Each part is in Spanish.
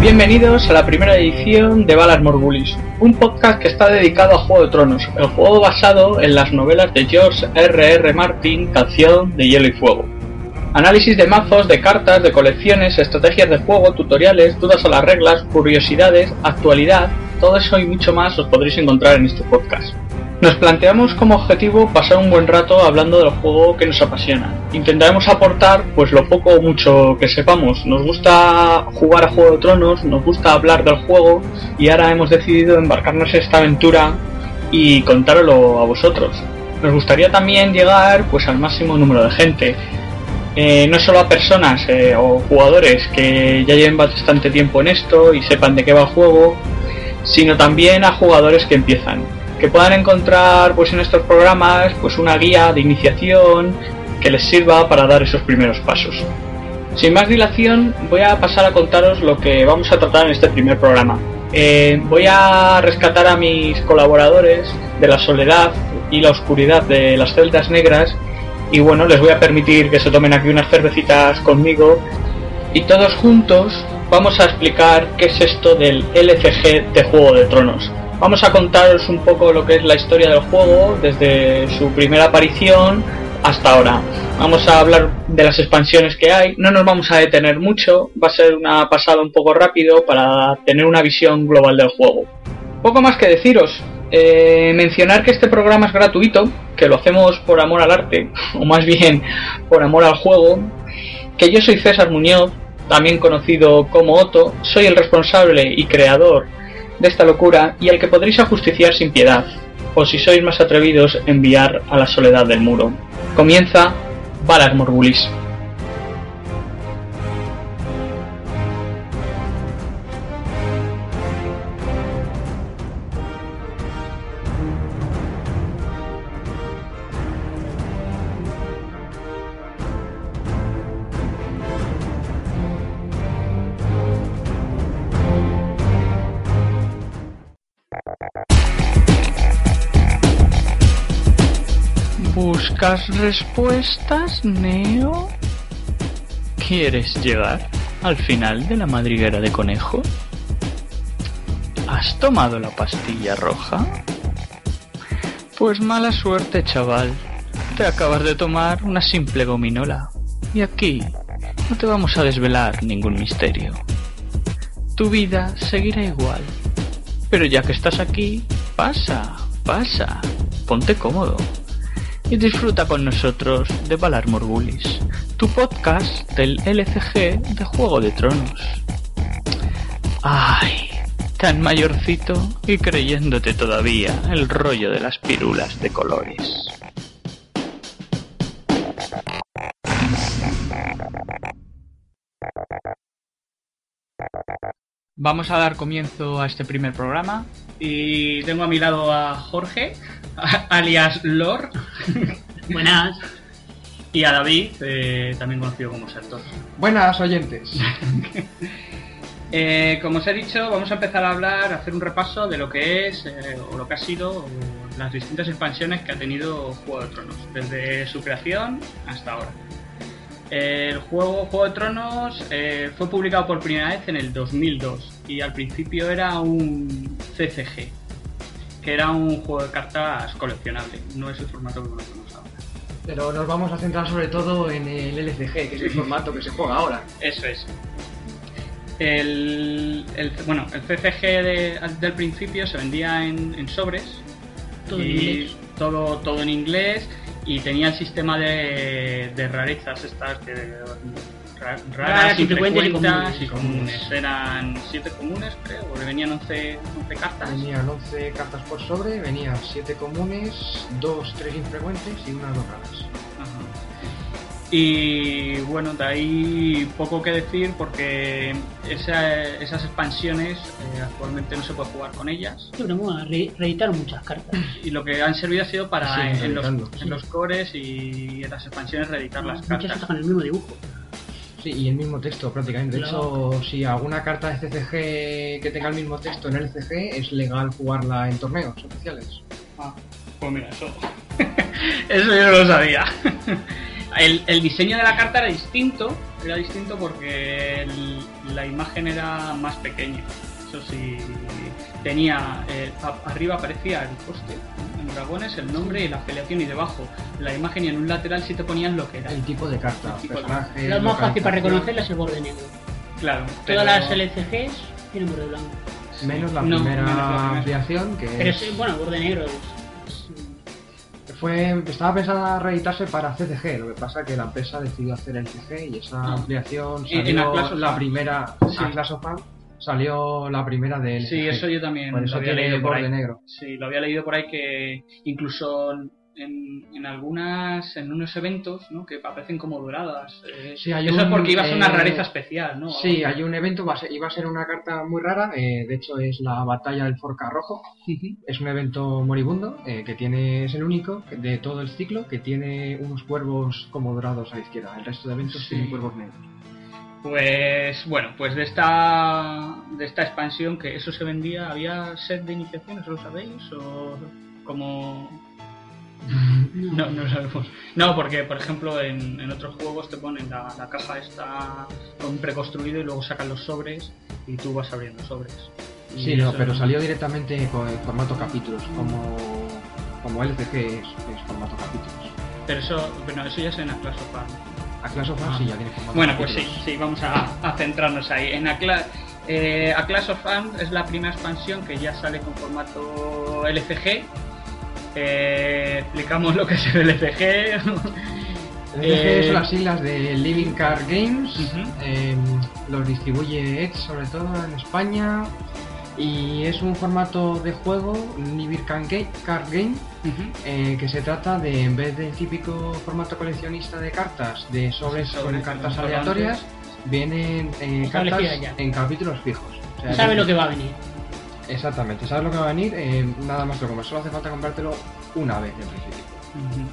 Bienvenidos a la primera edición de Balas Morgulis, un podcast que está dedicado a Juego de Tronos, el juego basado en las novelas de George R.R. Martin, Canción de Hielo y Fuego. Análisis de mazos, de cartas, de colecciones, estrategias de juego, tutoriales, dudas a las reglas, curiosidades, actualidad, todo eso y mucho más os podréis encontrar en este podcast. Nos planteamos como objetivo pasar un buen rato hablando del juego que nos apasiona. Intentaremos aportar pues lo poco o mucho que sepamos. Nos gusta jugar a Juego de Tronos, nos gusta hablar del juego y ahora hemos decidido embarcarnos en esta aventura y contároslo a vosotros. Nos gustaría también llegar pues al máximo número de gente. Eh, no solo a personas eh, o jugadores que ya lleven bastante tiempo en esto y sepan de qué va el juego, sino también a jugadores que empiezan, que puedan encontrar pues en estos programas pues una guía de iniciación que les sirva para dar esos primeros pasos. Sin más dilación, voy a pasar a contaros lo que vamos a tratar en este primer programa. Eh, voy a rescatar a mis colaboradores de la soledad y la oscuridad de las celdas negras y bueno, les voy a permitir que se tomen aquí unas cervecitas conmigo y todos juntos vamos a explicar qué es esto del LCG de Juego de Tronos. Vamos a contaros un poco lo que es la historia del juego desde su primera aparición hasta ahora. Vamos a hablar de las expansiones que hay, no nos vamos a detener mucho, va a ser una pasada un poco rápido para tener una visión global del juego. Poco más que deciros, Eh, mencionar que este programa es gratuito, que lo hacemos por amor al arte, o más bien por amor al juego, que yo soy César Muñoz, también conocido como Otto, soy el responsable y creador de esta locura y al que podréis ajusticiar sin piedad, o si sois más atrevidos, enviar a la soledad del muro. Comienza Balas Morgulis. ¿Buscas respuestas, Neo? ¿Quieres llegar al final de la madriguera de conejo? ¿Has tomado la pastilla roja? Pues mala suerte, chaval. Te acabas de tomar una simple gominola. Y aquí no te vamos a desvelar ningún misterio. Tu vida seguirá igual. Pero ya que estás aquí, pasa, pasa, ponte cómodo y disfruta con nosotros de Valar Morgulis, tu podcast del LCG de Juego de Tronos. Ay, tan mayorcito y creyéndote todavía el rollo de las pirulas de colores. Vamos a dar comienzo a este primer programa y tengo a mi lado a Jorge, alias Lor, Buenas. y a David, eh, también conocido como Sertor. Buenas oyentes. Eh, como os he dicho, vamos a empezar a hablar, a hacer un repaso de lo que es eh, o lo que ha sido o las distintas expansiones que ha tenido Juego de Tronos, desde su creación hasta ahora. Eh, El juego Juego de Tronos eh, fue publicado por primera vez en el 2002 y al principio era un CCG, que era un juego de cartas coleccionable, no es el formato que conocemos ahora. Pero nos vamos a centrar sobre todo en el LCG, que es el formato que se juega ahora. Eso es. El, el- bueno, el CCG de- del principio se vendía en, en sobres. Todo en y inglés. Todo, todo en inglés. Y tenía el sistema de, de rarezas estas que ra- raras, Raras, infrecuentes infrecuentes y y comunes. comunes. Eran siete comunes, creo, porque venían 11, 11 cartas. Venían 11 cartas por sobre, venían 7 comunes, 2, 3 infrecuentes y unas dos raras. Ajá. Y bueno, de ahí poco que decir porque esa- esas expansiones eh, actualmente no se puede jugar con ellas. Sí, pero bueno, re- reeditaron muchas cartas. Y lo que han servido ha sido para Sí, en- en, los, reeditando. en los cores y en las expansiones reeditar las Ah, muchas cartas. hasta con el mismo dibujo. Sí, y el mismo texto prácticamente. De Claro. hecho, si alguna carta de CCG que tenga el mismo texto en el LCG, es legal jugarla en torneos oficiales. Ah, pues mira, eso. eso yo no lo sabía. El, el diseño de la carta era distinto, era distinto porque el- la imagen era más pequeña. Eso sí, tenía eh, a- arriba aparecía el poste, en dragones, el nombre y la afiliación y debajo la imagen y en un lateral sí te ponían lo que era. El tipo de carta, El tipo de personaje. Lo más fácil para localización, reconocerla es el borde negro. Claro. pero- Todas las LCGs tienen borde blanco. Menos la No, primera menos la primera. ampliación, que Pero es- es, bueno, borde negro es- es- fue, estaba pensada reeditarse para CCG, lo que pasa que la empresa decidió hacer el CG y esa Ah. ampliación En- en salió Atlas of la Fan. primera Sí. Atlas of Fan, salió la primera del Sí, CG. eso yo también Por lo eso había tiene leído el por ahí. borde negro. Sí, lo había leído por ahí que incluso en, en algunas, en unos eventos, ¿no? Que aparecen como doradas. eh, Sí, hay eso es un, porque iba a ser una eh, rareza especial, ¿no? Sí, hay un evento, va a ser- iba a ser una carta muy rara, eh, de hecho es la batalla del Forca Rojo, es un evento moribundo eh, que tiene es el único de todo el ciclo que tiene unos cuervos como dorados a la izquierda el resto de eventos Sí. tienen cuervos negros Pues bueno, pues de esta de esta expansión que eso se vendía, había set de iniciaciones, ¿lo sabéis? O como no, no lo sabemos. No, porque por ejemplo en, en otros juegos te ponen la, la caja está con preconstruido y luego sacan los sobres y tú vas abriendo sobres. Y sí no eso- pero salió directamente con en formato capítulos como como LCG es, es formato capítulos Pero eso, bueno, eso ya es en Atlas of Pan. a Clash of Clans Ah. sí ya tiene formato Bueno, pues sí, capítulos. sí, vamos a, a centrarnos ahí. En Acla eh, A Clash of Fans es la primera expansión que ya sale con formato LCG. Eh, explicamos lo que es el LCG. LCG Eh, son las siglas de Living Car Games, Ujú. eh, los distribuye Edge sobre todo en España y es un formato de juego, Living Car Ga- Car Game, eh, que se trata de, en vez del típico formato coleccionista de cartas, de sobres Sí, sobres con con cartas los aleatorias, vienen eh, cartas Establecidas ya. en capítulos fijos. O sea, Sabe es- lo que va a venir. Exactamente, sabes lo que va a venir, eh, nada más lo comas, solo hace falta comprártelo una vez en principio. Ujú.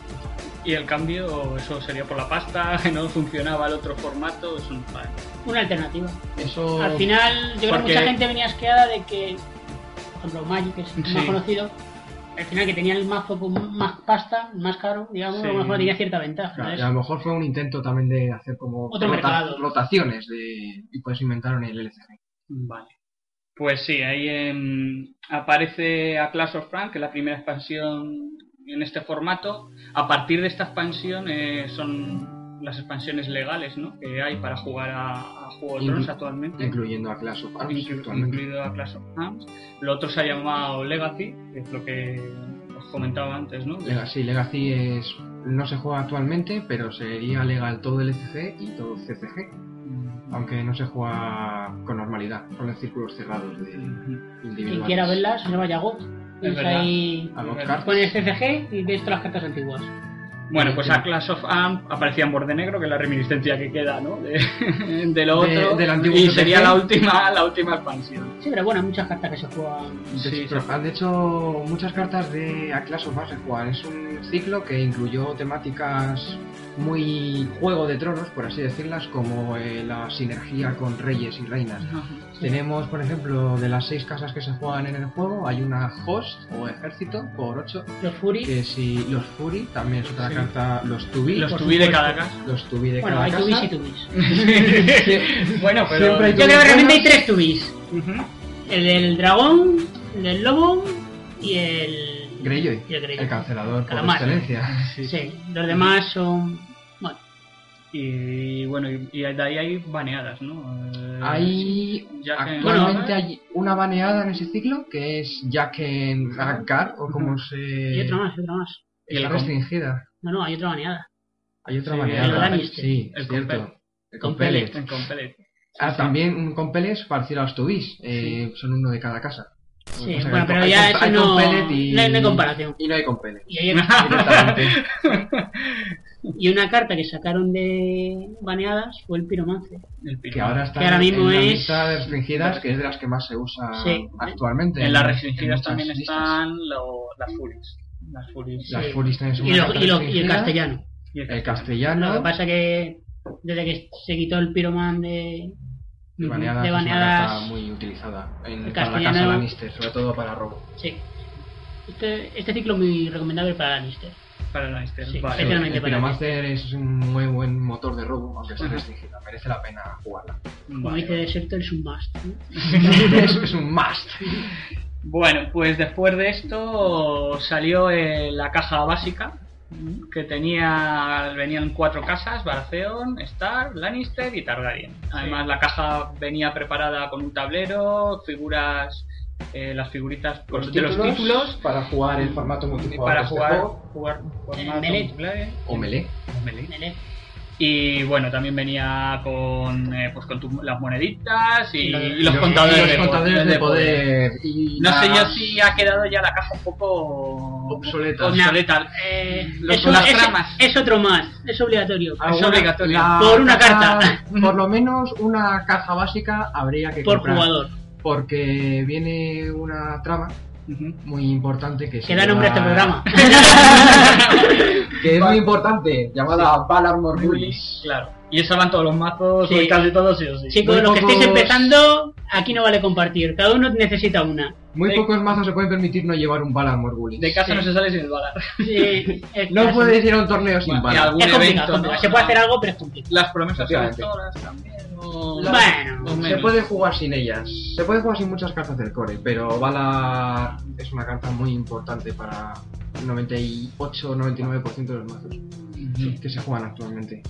Y el cambio, eso sería por la pasta, que no funcionaba el otro formato, es un fallo. Una alternativa. Eso... Al final, yo creo que Porque- mucha gente venía asqueada de que, por ejemplo, Magic, que es el más Sí. conocido, al final que tenía el mazo con más pasta, más caro, digamos, Sí. a lo mejor tenía cierta ventaja. Claro, y ¿sabes? a lo mejor fue un intento también de hacer como Otro mercado. rotaciones de, y pues inventaron el LCG. Vale. Pues sí, ahí em, aparece A Clash of Frank, que es la primera expansión en este formato. A partir de esta expansión eh, son las expansiones legales ¿no? que hay para jugar a, a Juego de Tronos Inclu- actualmente, incluyendo a Clash of Arms inclu- Ah, actualmente. incluido A Clash of Clans. Lo otro se ha llamado Legacy, que es lo que os comentaba antes, ¿no? Legacy, Legacy es, no se juega actualmente, pero sería legal todo LCG y todo CCG, Mm. aunque no se juega con normalidad, con los círculos cerrados de Ujú. Quien individuales. quiera verla, se le vaya a GOT. Pones verdad. ahí- A los Bueno, cartas. Pones CCG y ves todas las cartas antiguas. Bueno, pues A Clash of Amp aparecía en borde negro, que es la reminiscencia que queda, ¿no? De, de lo De- otro. del antiguo y TCG. sería la última, la última expansión. Sí, pero bueno, hay muchas cartas que se juegan. De, Sí, pero han hecho muchas cartas de A Clash of Arms se juegan. Es un ciclo que incluyó temáticas muy Juego de Tronos, por así decirlas, como eh, la sinergia con reyes y reinas. Tenemos, por ejemplo, de las seis casas que se juegan en el juego, hay una host o ejército por ocho, Los Fury. que si los Fury también es otra Sí. carta, los Tubi, Los por tubi de supuesto, cada casa. los Tubi de Bueno, cada hay casa. tubis y tubis. Sie- Bueno, pero. Siempre hay Yo creo que realmente hay buenos. tres tubis. Ujú. El del dragón, el del lobo y el... Greyjoy, y el Greyjoy. el cancelador por Calamar. excelencia. Sí, los demás son... Bueno, Y bueno, y, y de ahí hay baneadas, ¿no? Eh, Hay Jack and- Actualmente Bueno, hay una baneada en ese ciclo que es Jack en Hagar o como se. y otra más, y otra más. Y el Está com- restringida. No, no, hay otra baneada. Hay otra Sí, baneada. el este. Lannister. Sí, El es con cierto. Pellet. El Con con Pellet. en Compellet. Ah, sí. también un con Pellet parcial a los tubis. Eh, Son uno de cada casa. Sí, O sea, bueno, hay- pero hay ya con- eso hay con no... Pellet y- No hay no hay comparación. Y no hay con Pellet. Y hay- Directamente. y una carta que sacaron de baneadas fue el piromance. El pirata. que ahora está Que ahora mismo en la es- lista de restringidas, que es de las que más se usa Sí. actualmente. En las en restringidas muchas también listas. están lo- las furies. Las furies. Las Sí. Furies tienen su Y, lo- carta y lo- y el restringida, castellano. Y El Lo que Eh, castellano. pasa que desde que se quitó el piroman de... De baneadas, De es una baneadas. carta muy utilizada en, El para la casa castellano. Lannister, sobre todo para robo. Sí. Este, este ciclo es muy recomendable para Lannister. Para Lannister. Sí, vale. Sí, Especialmente el para Pyromancer es un muy buen motor de robo, aunque sea Ajá. restringida. Merece la pena jugarla. Como Vale, dice vale. Deserter, es un must. ¿no? Eso es un must. Bueno, pues después de esto salió eh, la caja básica que tenía venían cuatro casas, Baratheon, Stark, Lannister y Targaryen. Además la caja venía preparada con un tablero, figuras, eh, las figuritas con- de los títulos para jugar el formato y multijugador para de este jugar juego. jugar formato Melee. multiplayer. O melee. Melee. Melee. Y bueno, también venía con eh, pues con tu- las moneditas y, Y lo de- y los contadores, los de, po- contadores de poder. Y No sé las- yo si ha quedado ya la caja un poco Obsoleta. obsoleta. Eh, Los- eso- las ese- tramas. es otro más, es obligatorio. es obligatorio. la Por una caja- carta. Por lo menos una caja básica habría que Por comprar. jugador. Porque viene una trama muy importante que se Que da llama- nombre a este programa. Que es muy importante, llamada Valar Morgulis. Claro. Y eso van todos los mazos, Sí. y casi todos sí o sí. Chicos, Muy los que estéis pocos- empezando, aquí no vale compartir. Cada uno necesita una. Muy Sí. pocos mazos se pueden permitir no llevar un Valar Morgulis. De casa Sí. no se sale sin el balar. Eh, es- No es- puedes ir a un torneo sin Bueno, y Valar. algún Es complicado, evento, complicado. ¿no? Se puede hacer algo, pero es complicado. Las promesas Efectivamente. todas también. o- La- o Bueno, menos. Se puede jugar sin ellas. Se puede jugar sin muchas cartas del core, pero Valar es una carta muy importante para el 98-99% de los mazos Ujú. que se juegan actualmente.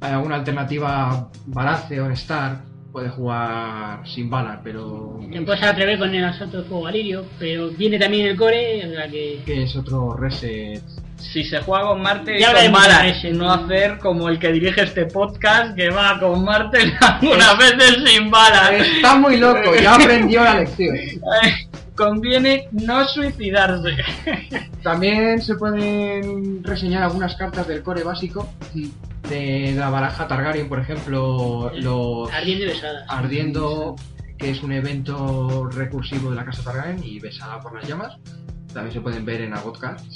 Hay alguna alternativa Baratheon, Star, puede jugar sin Valar, pero Em. te puedes atrever con el asalto de fuego valirio, pero viene también el core, o sea que. que es otro reset. Si se juega con Marte, Ya con hablaremos de balar. ese. No hacer como el que dirige este podcast que va con Marte algunas veces sin balar. Está muy loco, ya aprendió la lección. Conviene no suicidarse. También se pueden reseñar algunas cartas del core básico de la baraja Targaryen, por ejemplo, los Ardiendo y besadas. Ardiendo, que es un evento recursivo de la Casa Targaryen y besada por las llamas. También se pueden ver en Agotcast.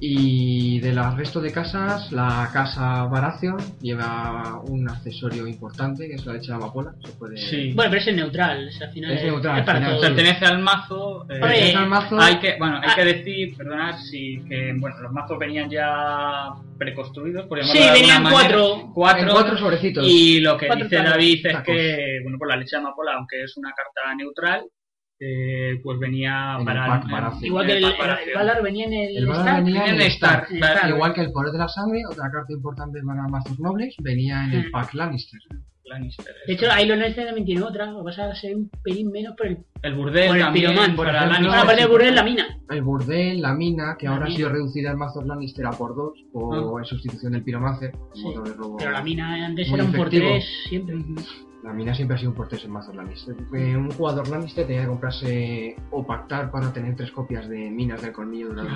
Y de las resto de casas, la casa Baratheon lleva un accesorio importante que es la leche de amapola. Se puede... Sí. Bueno, pero ese es neutral, o sea, al final. Es neutral, al para final, todos. sí. Pertenece al mazo. eh, Hombre, Pertenece al mazo. Hay que, bueno, hay Ah. que decir, perdonad, si que bueno, los mazos venían ya preconstruidos, por llamarlo Sí, de alguna venían manera. cuatro. En Cuatro. cuatro sobrecitos. y lo que cuatro dice tacos. David es Tacos. que, bueno, por la leche de amapola, aunque es una carta neutral, eh, pues venía En el para. pack Baratheon. Igual que en el, pack Baratheon. el Valar venía en el. El Valar Stark. venía Venía en Star. En Star. Star, Igual que el poder de la sangre, otra carta importante para mazos nobles, venía en el Mm. pack Lannister. Lannister. De hecho, ahí los Lannister también tiene otra, lo que pasa es que ser un pelín menos por el. el burdel por el también, piromán, por Ah, para ejemplo. Bueno, Lannister. aparte de Burrell, la mina. El burdel, la mina, que La ahora mina. Mm. ha sido reducida en mazos Lannister a por dos, o en sustitución del piromancer. Sí. modo de robo. Pero la mina antes Muy era un por efectivo. tres siempre. La mina siempre ha sido un portés en mazos Lannister. Mm. Eh, un jugador Lannister tenía que comprarse o pactar para tener tres copias de minas del colmillo durante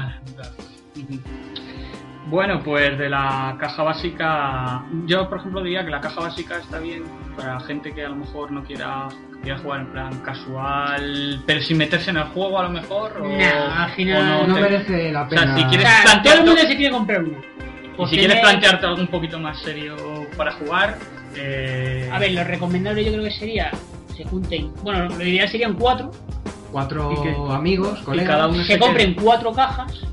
Bueno, pues de la caja básica, yo por ejemplo diría que la caja básica está bien para gente que a lo mejor no quiera, quiera jugar en plan casual, pero sin meterse en el juego a lo mejor. O, Nah, al final o No te- merece la sea, pena. si Ah. O quieres- sea, plantearte- todo el mundo se quiere comprar una. y si Porque quieres le- plantearte algo un poquito más serio para jugar, eh, A ver, lo recomendable yo creo que sería se junten. Bueno, lo ideal serían cuatro. Cuatro y que- amigos, colegas, cada uno- No se sé compren cuatro cajas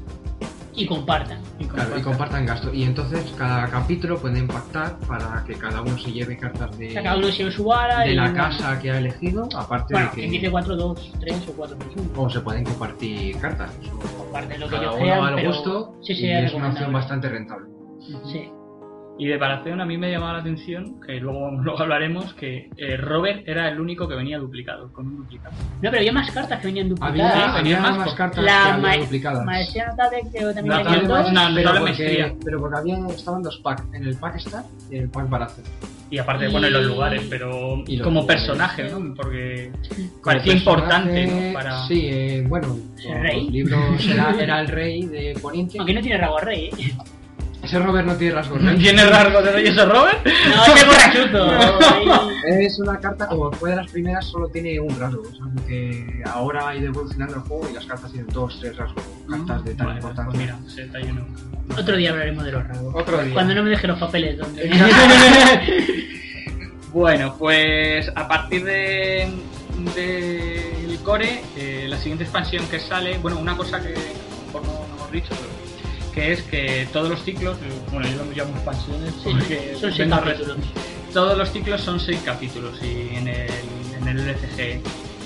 y compartan. y claro, y compartan gasto. Y entonces cada capítulo pueden pactar para que cada uno se lleve cartas de, O sea, cada uno se su vara de y. la casa que ha elegido, aparte Bueno, de este quien dice que... cuatro, dos, tres o cuatro más uno. O se pueden compartir cartas. Comparten lo que Cada ellos uno crean, al pero gusto sí y sería es una opción recomendable. bastante rentable. Sí. Y de Baratheon a mí me llamaba la atención, que luego, luego hablaremos, que eh, Robert era el único que venía duplicado, con un duplicado. No, pero había más cartas que venían Había, sí, duplicadas. ¿eh? había más más, por- cartas La que había ma- duplicadas. Maesiana Tate, creo que también La venían Tate dos. Maes- no, pero, doble porque, maestría. pero porque había, estaban dos packs, en el pack Star y en el pack Barazo. Y aparte, bueno, en los Y- lugares, pero y los como lugares. personaje, ¿no? Porque Como parecía importante, personaje, ¿no? Para... Sí, eh, bueno, ¿El por rey? los libros era, era el rey de Poniente. Aunque no tiene rabo a rey, ¿eh? Ese Robert no tiene rasgos rey. ¿Tiene rasgo de Reyes Robert? No, ese borrachuto. Es una carta, como fue de las primeras, solo tiene un rasgo. o sea, que ahora ha ido evolucionando el juego y las cartas tienen dos, tres rasgos. Cartas de tal Vale, pues importancia. mira, se está lleno. Otro día hablaremos de los rasgos. Otro día. Cuando no me deje los papeles donde. Bueno, pues a partir de del core, eh, la siguiente expansión que sale, bueno, una cosa que por no no hemos dicho, pero que que es que todos los ciclos, bueno, yo lo llamo expansiones, Sí, porque son seis vengo a re- capítulos. todos los ciclos son seis capítulos y en el, en el LCG.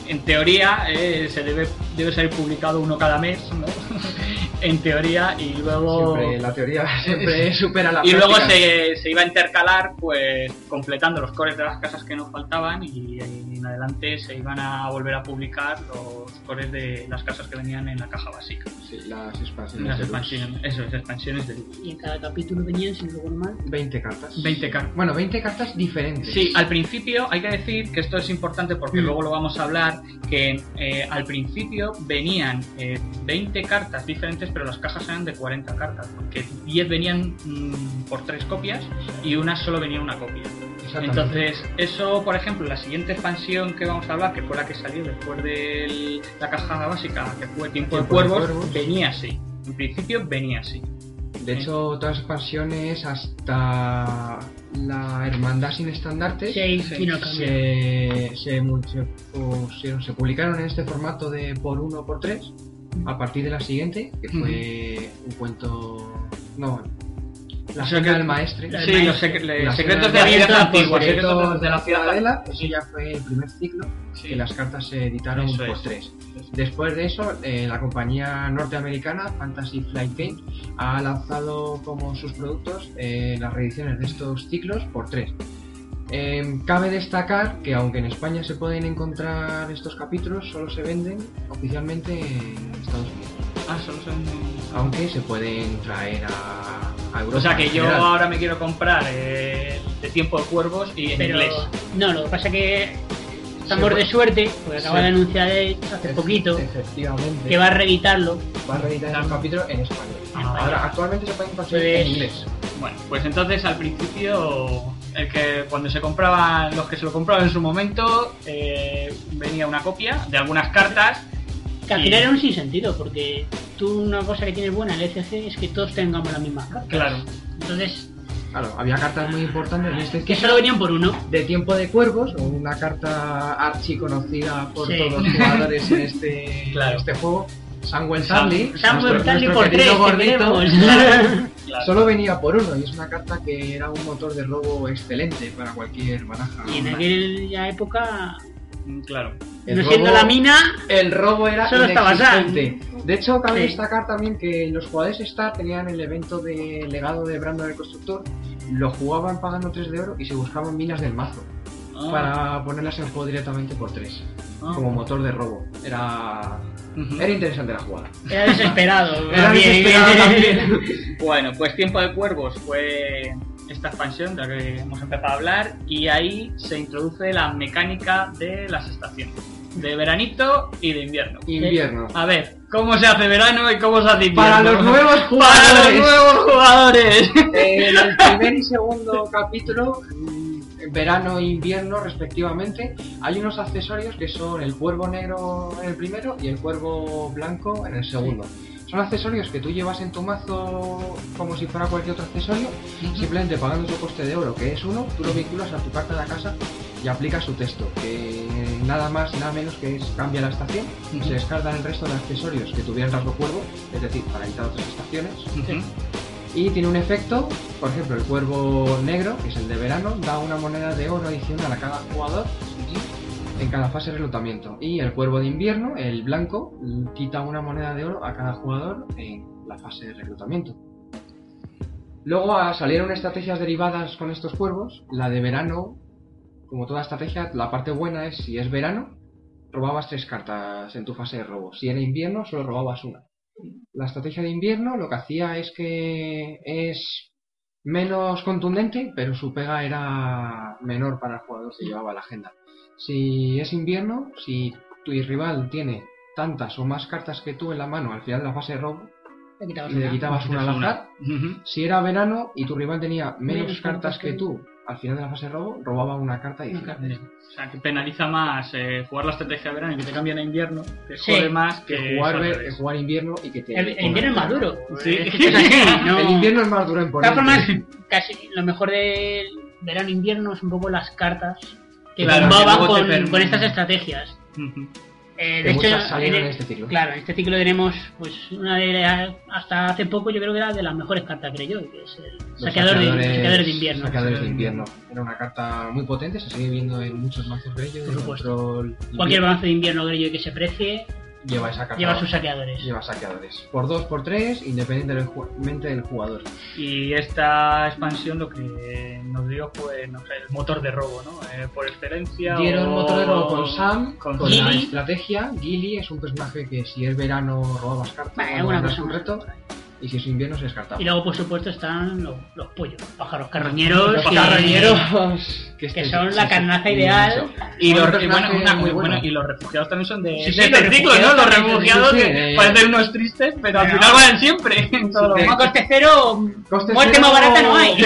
En teoría eh, se debe, debe ser publicado uno cada mes, ¿no? en teoría, y luego Siempre la teoría siempre supera la y luego práctica. se, se iba a intercalar, pues completando los cores de las casas que nos faltaban y, en adelante se iban a volver a publicar los cores de las casas que venían en la caja básica. Sí, las expansiones. Las de luz. expansiones, eso es, expansiones de Y en cada capítulo venían, si no recuerdo mal, 20 cartas. 20 cartas. Bueno, 20 cartas diferentes. Sí, ah, al principio hay que decir que esto es importante porque Mm. luego lo vamos a hablar, que eh, al principio venían eh, 20 cartas diferentes, pero las cajas eran de 40 cartas, porque 10 venían mm, por 3 copias y una solo venía una copia. Exactamente. Entonces, eso, por ejemplo, la siguiente expansión que vamos a hablar, que fue la que salió después de el- la caja básica, que fue Tiempo, Tiempo de, de cuervos, Cuervos. venía así. En principio venía así. eh. De hecho, todas las expansiones hasta la Hermandad sin estandarte seis sí, y no cambió. se, se, mul- se pusieron- se publicaron en este formato de por uno por tres a partir de la siguiente, que fue un cuento. No, la O sea saga que- del maestre. La- Sí, los sec- le- Las Eh, secretos escenas de de la Ah, vida la antigua, ciudad, secretos de la ciudad. Ciudadela, eso ya fue el primer ciclo, que las cartas se editaron Eso por es. tres. Después de eso, eh, la compañía norteamericana Fantasy Flight Games ha lanzado como sus productos eh, las reediciones de estos ciclos por tres. Eh, cabe destacar que aunque en España se pueden encontrar estos capítulos, solo se venden oficialmente en Estados Unidos. Ah, solo son- Aunque se pueden traer a, a Europa. O sea que en yo general. ahora me quiero comprar eh, de Tiempo de Cuervos y en Pero, inglés. no, lo que pasa es que Se estamos puede- de suerte, porque se- acaba de anunciar él hace Efe- poquito Efectivamente. que va a reeditarlo. Va a reeditar un capítulo en español. Ah, Ahora, actualmente se pueden conseguir Pues- en inglés. Bueno, pues entonces al principio, el que cuando se compraban, los que se lo compraban en su momento, eh, venía una copia de algunas cartas. Que al Y- final era un sinsentido, porque tú una cosa que tienes buena en el ECG es que todos tengamos las mismas cartas. Claro. Entonces, Claro, había cartas muy importantes en este que solo venían por uno. de Tiempo de Cuervos, una carta archiconocida por Sí. todos los jugadores en este, Claro. este juego, Samuel Sam- Tarly, Samuel nuestro- Stanley nuestro por tres, querido te gordito, queremos. claro. solo venía por uno y es una carta que era un motor de robo excelente para cualquier baraja. y en aquella época, Mm, Claro. El no siendo robo- la mina, El robo era Solo estaba Sam. inexistente. De hecho, cabe Sí. destacar también que los jugadores Star tenían el evento de legado de Brandon el Constructor, lo jugaban pagando 3 de oro y se buscaban minas del mazo Ah, para ponerlas en juego directamente por 3. ah. como motor de robo. Era, Ujú. era interesante la jugada. era desesperado. Era Bien. desesperado también. Bueno, pues Tiempo de Cuervos fue esta expansión de la que hemos empezado a hablar y ahí se introduce la mecánica de las estaciones, de veranito y de invierno. Invierno. A ver, ¿cómo se hace verano y cómo se hace Ah, invierno? Para los nuevos ¡Para los jugadores, nuevos jugadores! en el primer y segundo capítulo, mm, verano e invierno respectivamente, hay unos accesorios que son el cuervo negro en el primero y el cuervo blanco en el segundo. Son accesorios que tú llevas en tu mazo como si fuera cualquier otro accesorio Simplemente pagando su coste de oro, que es uno, tú lo vinculas a tu carta de la casa y aplicas su texto, que nada más y nada menos que es cambia la estación, Ujú. se descartan el resto de accesorios que tuvieran rasgo cuervo, es decir, para evitar otras estaciones, Ujú. y tiene un efecto, por ejemplo, el cuervo negro, que es el de verano, da una moneda de oro adicional a cada jugador en cada fase de reclutamiento, y el cuervo de invierno, el blanco, quita una moneda de oro a cada jugador en la fase de reclutamiento. Luego ah, salieron estrategias derivadas con estos cuervos. La de verano, como toda estrategia, la parte buena es si es verano, robabas tres cartas en tu fase de robo. Si era invierno, solo robabas una. La estrategia de invierno lo que hacía es que es menos contundente, pero su pega era menor para el jugador que llevaba la agenda. Si es invierno, si tu rival tiene tantas o más cartas que tú en la mano al final de la fase de robo, Le quitabas le una. quitabas una al azar Ujú. si era verano y tu rival tenía menos, Menos cartas cartas que que- tú, al final de la fase de robo, robaba una carta y Una decía, carta. O sea, que penaliza más eh, jugar la estrategia de verano y que te cambian a invierno, que Sí. jode más que, jugar, eso al ver- revés. jugar invierno y que te. El, el invierno es más duro. Sí. Es que es así, ¿no? El invierno es más duro en De todas ponerte. formas, casi lo mejor del e verano-invierno es un poco las cartas que Claro, que bombaban luego te con, perm- con estas estrategias. Ujú. Eh, Eh, Que de hecho, muchas salieron en en el- este ciclo. claro, en este ciclo tenemos pues una de las- hasta hace poco yo creo que era de las mejores cartas, creo yo, que es el Los saqueador, de, saqueadores- saqueadores de invierno. Saqueadores de invierno. Era una carta muy potente, se sigue viendo en muchos mazos de ellos. Por el supuesto. control Cualquier invierno balance de invierno creo yo que se precie lleva esa carta. lleva sus saqueadores. lleva saqueadores. Por 2, por 3, independientemente del jugador. Y esta expansión lo que nos dio fue no sé, el motor de robo, ¿no? Eh, por excelencia. Dieron o- motor de robo con Sam, con con, Gilly. la estrategia. Gilly es un personaje que si es verano robabas cartas, Vale, cuando alguna ganas cosa un más. reto, y si es invierno se descartaba. Y luego por supuesto están los, los pollos, los pájaros carroñeros, Los que- carroñeros, que este- son la carnaza ideal. Y los, Son y bueno, personajes una- muy bueno, buenos. y los refugiados también son de, Sí, sí, de este los ciclo, ¿no? refugiados Los también, refugiados sí, sí, que eh. parecen unos tristes, pero al Pero- final van siempre. en todos los Sí. Como mapas. coste cero, Coste muerte cero. más barata no hay.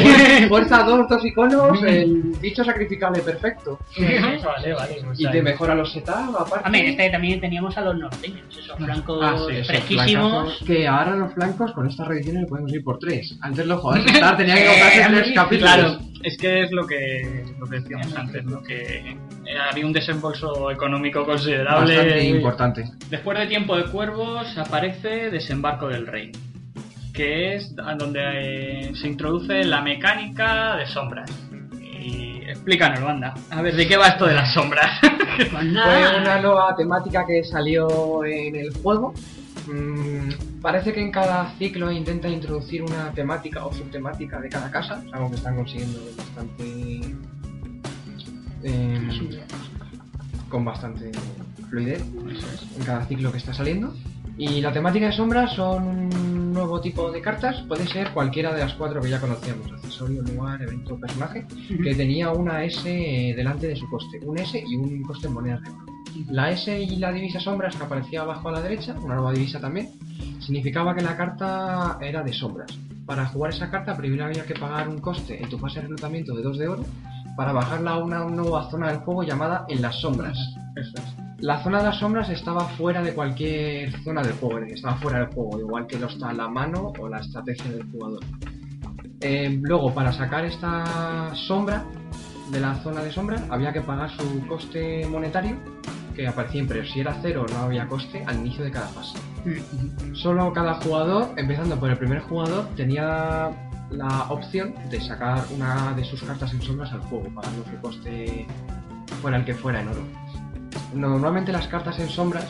Fuerza 2, 2 iconos, el dicho sacrificable perfecto. vale, vale. pues o Y sea, te mejora los setup, aparte. Hombre, en este también teníamos a los norteños, esos blancos Ah, sí, esos fresquísimos. blancazos, Que ahora los flancos con esta reedición le podemos ir por 3. Antes los jugadores estar tenía que comprarse Eh, tres capítulos. Claro, es que es lo que, lo que decíamos antes, ¿no? que eh, había un desembolso económico considerable. Bastante importante. Después de Tiempo de Cuervos aparece Desembarco del Rey, que es a donde eh, se introduce la mecánica de sombras. Y explícanos, banda. A ver, ¿de qué va esto de las sombras? Pues Fue nada, una nueva temática que salió en el juego. Mm, parece que en cada ciclo intenta introducir una temática o subtemática de cada casa, es algo que están consiguiendo bastante. eh, con bastante fluidez en cada ciclo que está saliendo. Y la temática de sombras son un nuevo tipo de cartas, puede ser cualquiera de las cuatro que ya conocíamos: accesorio, lugar, evento, personaje que tenía una S eh, delante de su coste, un S y un coste en monedas de oro. La S y la divisa sombras que aparecía abajo a la derecha, una nueva divisa también, significaba que la carta era de sombras. Para jugar esa carta primero había que pagar un coste en tu fase de reclutamiento de 2 de oro para bajarla a una nueva zona del juego llamada en las sombras. Eso es. La zona de las sombras estaba fuera de cualquier zona del juego, estaba fuera del juego, igual que lo está la mano o la estrategia del jugador. Eh, luego, para sacar esta sombra de la zona de sombra, había que pagar su coste monetario, que aparecía siempre. Si era cero, no había coste al inicio de cada fase. Solo cada jugador, empezando por el primer jugador, tenía la opción de sacar una de sus cartas en sombras al juego, pagando que coste fuera el que fuera en oro. Normalmente las cartas en sombras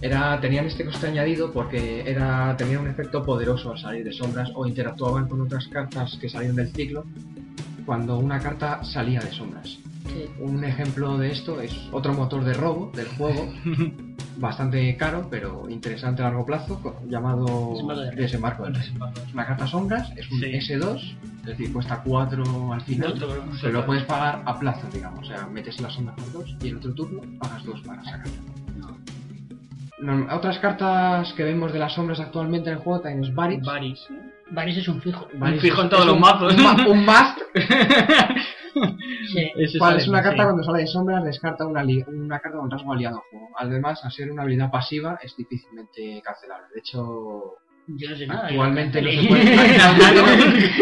era, tenían este coste añadido porque era, tenían un efecto poderoso al salir de sombras o interactuaban con otras cartas que salían del ciclo cuando una carta salía de sombras. Sí. Un ejemplo de esto es otro motor de robo del juego, bastante caro pero interesante a largo plazo, co- llamado Desembarco del Rey. Desembarco del Rey. Es una carta sombras, es un Sí. S2, es decir, cuesta 4 al final. Pero lo puedes pagar a plazo, digamos. O sea, metes las ondas por dos y el otro turno pagas dos para sacarla. No, otras cartas que vemos de las sombras actualmente en el juego también es Varix. Varys. Varys es un fijo. Varix fijo en es- todos es los un- mazos. Un, ma- un must. Sí. Ese ¿Cuál? sale, es una carta sí. cuando sale de sombras, descarta una, li- una carta con rasgo aliado al juego. Además, al ser una habilidad pasiva, es difícilmente cancelable. De hecho, Yo no sé nada. actualmente no yo- se puede cancelar.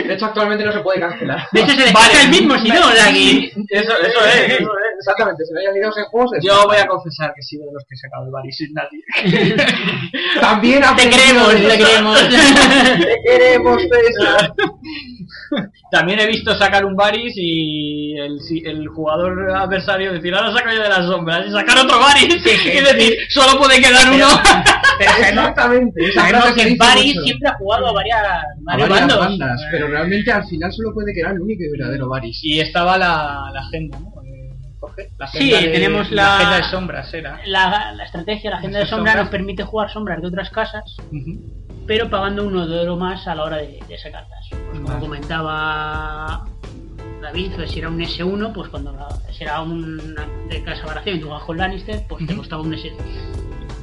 De hecho, actualmente no se puede cancelar. De hecho, se descarga el mismo, si no, o sea, Sí, que- Eso, eso es. eso es. Exactamente, si no hay aliados en juegos, es- Yo voy a confesar que he sido de los que he sacado el Varys sin nadie. también Te aprendimos queremos, te queremos. Te queremos, César. También he visto sacar un Varys y el, si- el jugador adversario decir, ahora saco yo de las sombras y sacar otro Varys y decir, solo puede quedar uno. Pero sabemos, Exactamente. esa sabemos frase que se en dice Varys mucho. siempre ha jugado a varias, A varios varias bandos. bandas, pero realmente al final solo puede quedar el único y verdadero Varys. eh, Y estaba la, la agenda, ¿no? Eh, Jorge, la Sí, agenda de- tenemos la- la agenda de sombras, era. La, la estrategia, la agenda de Esas sombras sombras. nos permite jugar sombras de otras casas, pero pagando uno de oro más a la hora de, de sacarlas. Pues como Vale. comentaba David, pues si era un S1, pues cuando la- si era una de casa variación y tú jugabas con Lannister, pues te Ujú. costaba un S2.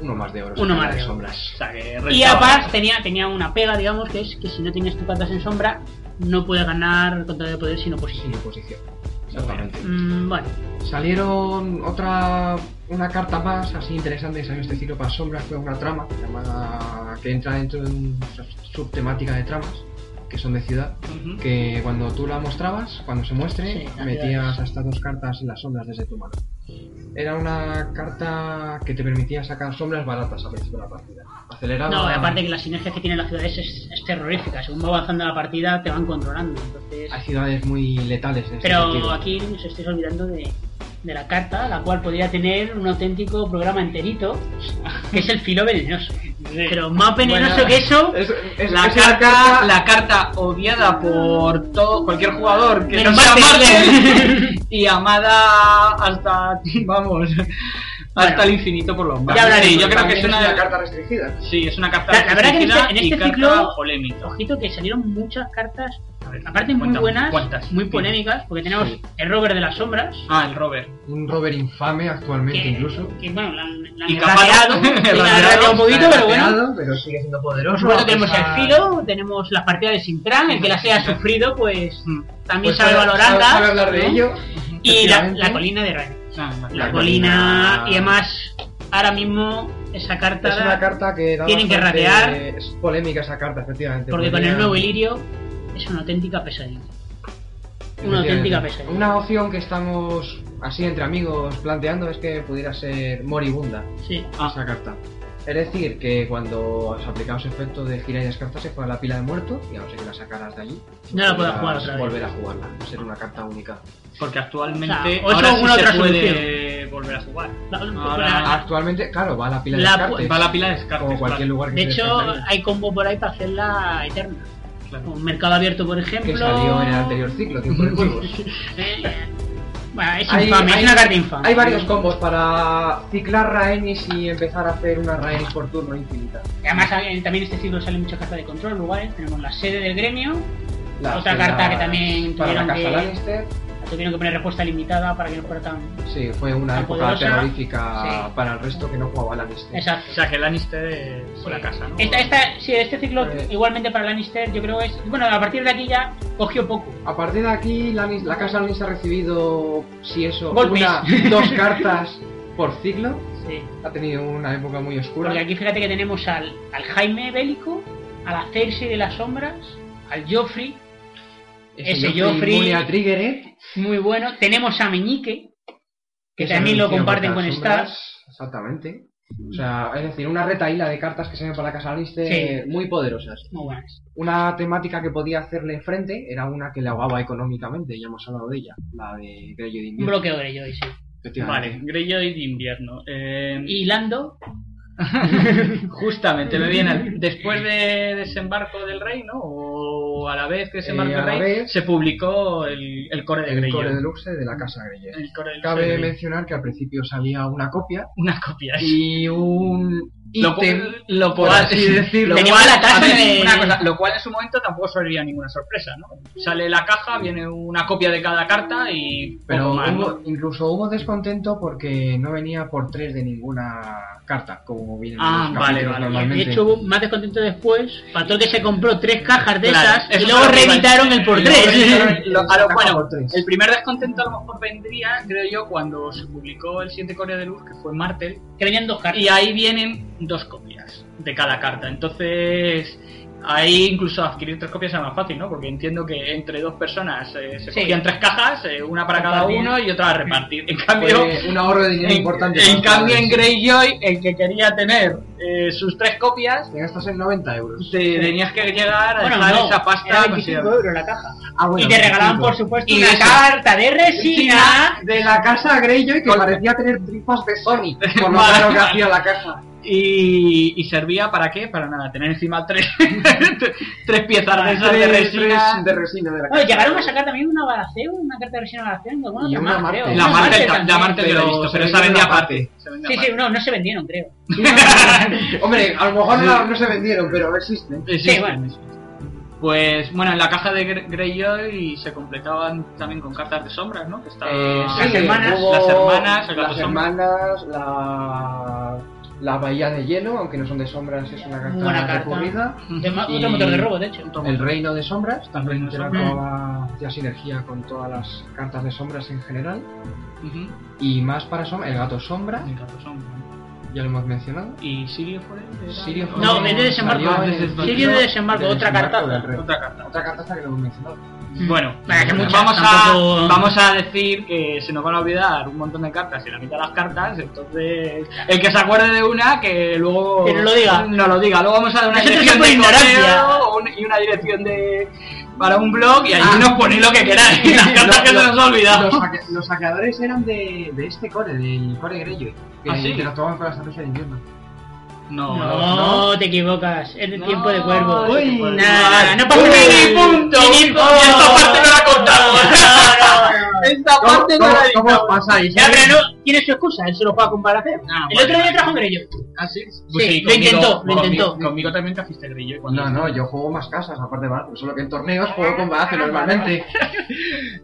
Uno más de oro. Uno saca más de de oro. O sombras. sea, que Y restaba. además tenía, tenía una pega, digamos, que es que si no tienes tu cartas en sombra, no puedes ganar contra de poder sino Sin positivo. oposición. Exactamente. Mm, bueno, Salieron otra una carta más así interesante que salió este ciclo para sombras fue una trama llamada que entra dentro de una subtemática de tramas que son de ciudad Ujú. que cuando tú la mostrabas, cuando se muestre, Sí, las metías ciudades. estas dos cartas en las sombras desde tu mano. era una carta que te permitía sacar sombras baratas al principio de la partida. Aceleraba. No, y aparte que las sinergias que tienen las ciudades es, es terrorífica. Según va avanzando la partida, te van controlando. Entonces... Hay ciudades muy letales. en ese Pero sentido. aquí os estáis olvidando de, de la carta, la cual podría tener un auténtico programa enterito, que es el filo venenoso. Pero más venenoso Bueno, que eso, Es- es- La es una carta, la carta odiada por todo, cualquier jugador que Menos no sea Martin. Martin y amada hasta, vamos, hasta Bueno. el infinito por los mares. Ya hablaré, Sí, yo porque creo que es es una, una carta restringida. sí, es una carta. La- la verdad que en restringida este- en y este carta ciclo- polémica. ojito que salieron muchas cartas, aparte muy cuéntame, buenas, ¿cuántas? muy polémicas, porque tenemos Sí. el rover de las sombras, Ah, el Robert. Un rover infame actualmente que, Ah, incluso. que, bueno, la, han- la han Y Camaro. errateado, sí, la han Errateado, errateado un poquito, pero bueno. Plateado, Pero sigue siendo Por poderoso. supuesto a tenemos el pesar- filo, tenemos las partidas de Sintran, el que las haya sufrido, pues Mm. también Pues sabe sabe- valorarlas. sabe hablar de ¿no? ello. Y la, efectivamente. la colina de Ren. Ah, vale. La, La colina, colina. y además ahora mismo esa carta, Es una carta que da Tienen que bastante- ratear. Es polémica esa carta, efectivamente. porque con Podría- el nuevo Ilirio es una auténtica pesadilla. Una Efectivamente. auténtica pesadilla. Una opción que estamos así entre amigos planteando es que pudiera ser moribunda Sí. esa carta. Es decir, que cuando has aplicado ese efecto de girar y descartar se juega la pila de muertos y a no ser que la sacaras de allí. No la puedas podrás jugar otra vez. Volver a jugarla, ser una carta única. O Porque sea, o actualmente es ahora sí alguna se otra puede volver a jugar. La- Ahora- Actualmente, claro, va la pila de La descartes. Va la pila de descartes. como cualquier lugar que de se hecho, descarte. hay combo por ahí para hacerla eterna. Claro. Un mercado abierto, por ejemplo. que salió en el anterior ciclo, tiempo de juegos. Eh, bueno, es Hay- infame, hay- es una carta infame. Hay varios combos para ciclar Raenis y empezar a hacer una Raenis por turno infinita. Y Además, eh, también este ciclo sale muchas cartas de control, lugares. Tenemos la sede del gremio, Las- Otra carta que las- también para la tuvieron casa que- Lannister. tuvieron que poner respuesta limitada para que no fuera tan. Sí, fue una Tan época poderosa. terrorífica Sí. para el resto que no jugaba Lannister. Exacto. O sea, que Lannister es la casa, ¿no? Esta, esta, sí, este ciclo, Pues- Eh. igualmente para Lannister, yo creo es. Bueno, a partir de aquí ya cogió poco. A partir de aquí, Lannis- la casa Lannister ha recibido, si eso, Golpes. una, dos cartas por ciclo. Sí. Ha tenido una época muy oscura. Porque aquí fíjate que tenemos al, al Jaime Bélico, a la Cersei de las Sombras, al Joffrey, ese Joffrey- Muy a Triggeret. muy bueno. Tenemos a Meñique, que Esa también lo reducción comparten por con las Stark. sombras, Exactamente. O sea, es decir, una retaíla de cartas que se ven para la casa Lannister Sí. muy poderosas. Muy buenas. Una temática que podía hacerle frente era una que le ahogaba económicamente, ya hemos hablado de ella, la de Greyjoy de Un Invierno. bloqueo de Joyce. efectivamente. Vale, Greyjoy de invierno. Eh, Y Lando, justamente me viene al- después de desembarco del rey, ¿no? O a la vez que desembarco Eh, del a la rey, vez. se publicó el, el core de El Greyjoy. core de luxe de la casa Greyjoy. El core de Cabe Greyjoy. mencionar que al principio salía una copia Una copia. y un Lo cual- ítem, lo por cual- así decirlo. lo Tenía cual, la caja a ver, de- una cosa, lo cual en su momento tampoco sería ninguna sorpresa, ¿no? Sale la caja, viene una copia de cada carta y poco Pero más, ¿no? hubo- incluso hubo descontento porque no venía por tres de ninguna carta, como viene Ah, en los vale, capítulos vale. normalmente. de hecho, hubo más descontento después, para todo el que se compró tres cajas de Claro, esas eso y luego fue lo que iba a reeditaron decir. el por Y luego reeditaron tres. el- lo- a lo- Caja bueno, por tres. el primer descontento a lo mejor vendría, creo yo, cuando se publicó el siguiente Corea de Luz, que fue Martel, que venían dos cartas. y ahí vienen dos copias de cada carta. Entonces, ahí incluso adquirir tres copias era más fácil, ¿no? Porque entiendo que entre dos personas eh, se Sí. cogían tres cajas, eh, una para Pues cada Compartir. uno y otra a repartir. En Fue cambio, un ahorro de dinero en, importante. en para cambio en todos. Greyjoy, el que quería tener eh, sus tres copias, Te gastas en 90 euros. te tenías que llegar a bueno, dejar no, esa pasta era considerable. 25 euros la caja. Ah, bueno, y te regalaban, 25. por supuesto, pues. Y una eso. carta de resina. de la casa Greyjoy que Con- parecía tener tripas de Sony por lo Vale. caro que hacía la caja. Y, y servía para qué? Para nada, tener encima tres, tres piezas de, esas de Tres- resina. tres de resina de la Bueno, caja. llegaron a sacar también una Baraceo, una carta de resina Baraceo, en alguna Y otra una más, Martel. creo. La Una Martel, Martel ta- la también. Martel yo Pero lo he visto, se pero esa vendía vendía aparte. aparte. Se vendía Sí, sí, aparte. no, no se vendieron, creo. Hombre, a lo mejor no, no se vendieron, pero existen. Existen, bueno. existen. Pues bueno, en la caja de Gre- Greyjoy se completaban también con cartas de sombras, ¿no? Que estaban Eh, las, sí, hermanas, hubo las hermanas, el gato las sombra. hermanas, la, la bahía de hielo, aunque no son de sombras, es una Muy buena carta carta. recurrida. De ma- Y- Otro motor de robo, de hecho. El reino de sombras, también Reino de Sombras. interactuaba, hacía sinergia con todas las cartas de sombras en general. Ujú, Y más para sombra, el gato sombra, el gato sombra. ya lo hemos mencionado. ¿Y Sirio fue? Era- Sirio fue- No, vende desembarco. salió en el Sirio de ciclo desembarco, de otra desembarco carta. del rey. Otra carta. Otra carta hasta que lo hemos mencionado. Bueno, Vale, que Mm. muchas, vamos, tampoco- a, vamos a decir que se nos van a olvidar un montón de cartas y la mitad de las cartas, entonces el que se acuerde de una, que luego Que no lo diga. No lo diga. Luego vamos a dar una Nosotros dirección de somos ignorancia. correo un- y una dirección de para un blog y ahí Ah. nos ponéis lo que queráis, las cartas que se nos ha olvidado. Los, saque- los saqueadores eran de, de este core, del core Greyjoy, que ¿Ah, sí? interactuaban con la estrategia de invierno. No, No, te equivocas. Es de No, tiempo de cuervo. tiempo de Uy, cuervo. nada, no pasa Uy, nada. punto. Mini punto. Y esta parte no la contamos. Esta ¿Cómo, parte no cómo, la editamos. cómo os pasáis? Ya, pero no, tiene su excusa, él solo juega con Baraceo. Ah, El bueno. otro día trajo un grello. Ah, sí. Sí, lo intentó, lo intentó. Conmigo, también trajiste grillo. y Cuando No, no, yo juego más casas, aparte de Baratheon, solo que en torneos juego con Baratheon normalmente.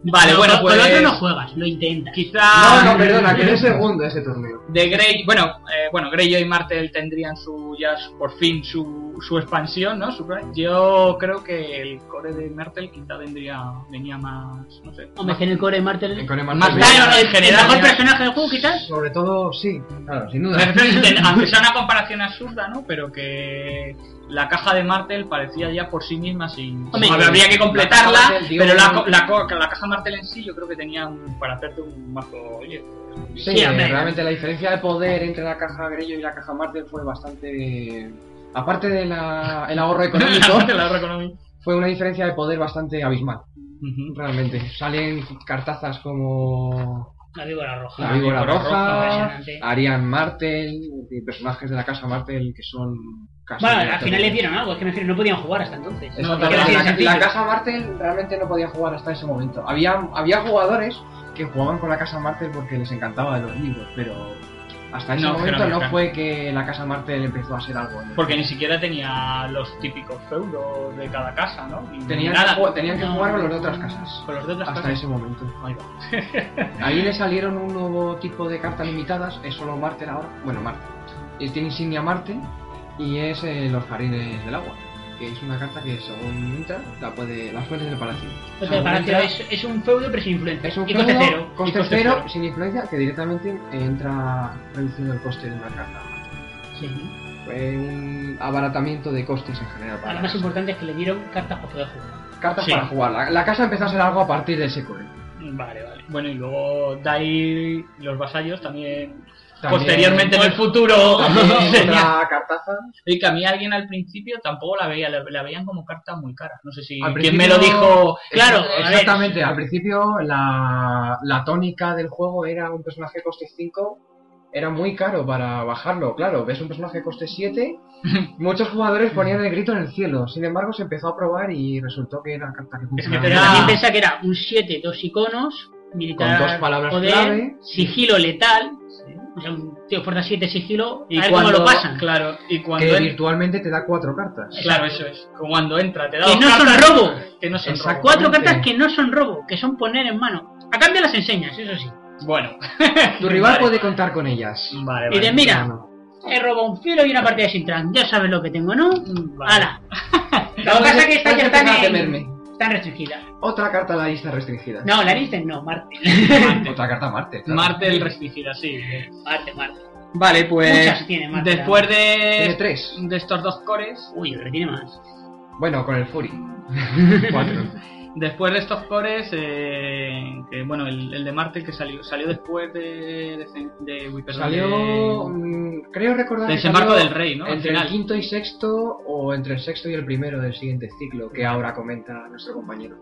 Vale, No, bueno, con- pues. Con el otro no juegas, lo intentas. Quizá. No, no, perdona, quedé segundo ese torneo. De Grey. Bueno, eh, bueno, Greyjoy y Martel tendrían su ya su- por fin su, su expansión, ¿no? Su- yo creo que el core de Martel quizá vendría, venía más. No sé. Hombre, que en el core de Martel. En Core Más Martel, daño, Ah, Claro, en el, el general, mejor ya. personaje del juego, quizás. Sobre todo, sí, claro, sin Me duda. refiero a inten- Aunque sea una comparación absurda, ¿no? Pero que la caja de Martel parecía ya por sí misma sin... Hombre, Hombre, habría que la completarla, caja Martel dio pero la, un- co- la, co- la caja Martel en sí yo creo que tenía un- para hacerte un mazo... Oye, Sí, Sí, hombre. realmente la diferencia de poder entre la caja Grello y la caja Martel fue bastante... Aparte del ahorro económico, la ahorro económico. fue una diferencia de poder bastante abismal, Ujú. realmente. Salen cartazas como La víbora roja. la víbora Víbora roja, Impresionante. Arian Martel, y personajes de la casa Martel que son casi... Bueno, al final les dieron algo, es que me refiero, no podían jugar hasta entonces. Exacto, Porque era la, así de la- sencillo. la Casa Martel realmente no podía jugar hasta ese momento. Había, había jugadores que jugaban con la Casa Martel porque les encantaba de los libros, pero hasta ese No, que momento no no mercan. fue que la Casa Martel empezó a ser algo. ¿no? Porque ni siquiera tenía los típicos feudos de cada casa, ¿no? Ni tenían, nada. que, ju- tenían que No. jugar con los de otras casas. Con los de otras Hasta casas. ese momento. Ahí va. Ahí le salieron un nuevo tipo de cartas limitadas, es solo Martel ahora. Bueno, Martel. Y tiene insignia Martel y es eh, los jardines del agua. Que es una carta que según entra, la puede, las fuentes del palacio. Entonces, el Según Pues Palacio entra- es, es un feudo pero sin influencia. Es un y coste feudo, cero. coste y coste cero, cero. sin influencia, que directamente entra reduciendo el coste de una carta. Sí. Fue un abaratamiento de costes en general. Para Ahora, Lo la más casa. importante es que le dieron cartas para poder jugar. Cartas Sí. para jugar. La, la casa empezó a ser algo a partir de ese core. Vale, vale. Bueno, y luego Dair, los vasallos también... También- posteriormente en el futuro también tenía- otra cartaza. Y que a mí alguien al principio tampoco la veía, la, la veían como carta muy cara. No sé si Al quien principio- me lo dijo. Claro, Ex- a ver, exactamente. Al principio la, la tónica del juego era un personaje coste 5. Era muy caro para bajarlo, claro. Ves un personaje coste 7. Muchos jugadores ponían el grito en el cielo. Sin embargo, se empezó a probar y resultó que era carta que funcionaba. Pero Era- también piensa que era un 7, dos iconos, con militar, dos palabras poder, clave. sigilo letal. O sea, un tío fuerza 7 sigilo, y a ver cuando cómo lo pasan. Claro, y Que cuando en- virtualmente te da cuatro cartas. claro, eso es. Cuando entra, te da Que dos no son cartas robo. Que no son Exacto. robo. Cuatro Exactamente. cartas que no son robo, que son poner en mano. A cambio las enseñas, eso sí. Bueno. Tu rival Vale. puede contar con ellas. Vale, Y vale. dices, mira, No, no. he robado un filo y una partida sin trans. Ya sabes lo que tengo, ¿no? Vale. ¡Hala! Lo que pasa es que esta Puedes ya empezar a está temerme. en, tan restringida. Otra carta a la lista restringida. No, la dicen no, Marte. Otra carta a Marte. claro. Martel restringida, sí. Marte, Marte. Vale, Muchas tiene Marte. Después Tiene de, tres. de estos dos cores, Uy, pero tiene más. Bueno, con el Fury. Cuatro. Después de estos cores, eh, que, bueno, el, el de Marte que salió salió después de, de, de- uy, perdón, Salió. de- mm, Creo recordar. de que Desembarco salió del Rey, ¿no? Al Entre el final. quinto y sexto, o entre el sexto y el primero del siguiente ciclo, que ahora comenta nuestro compañero.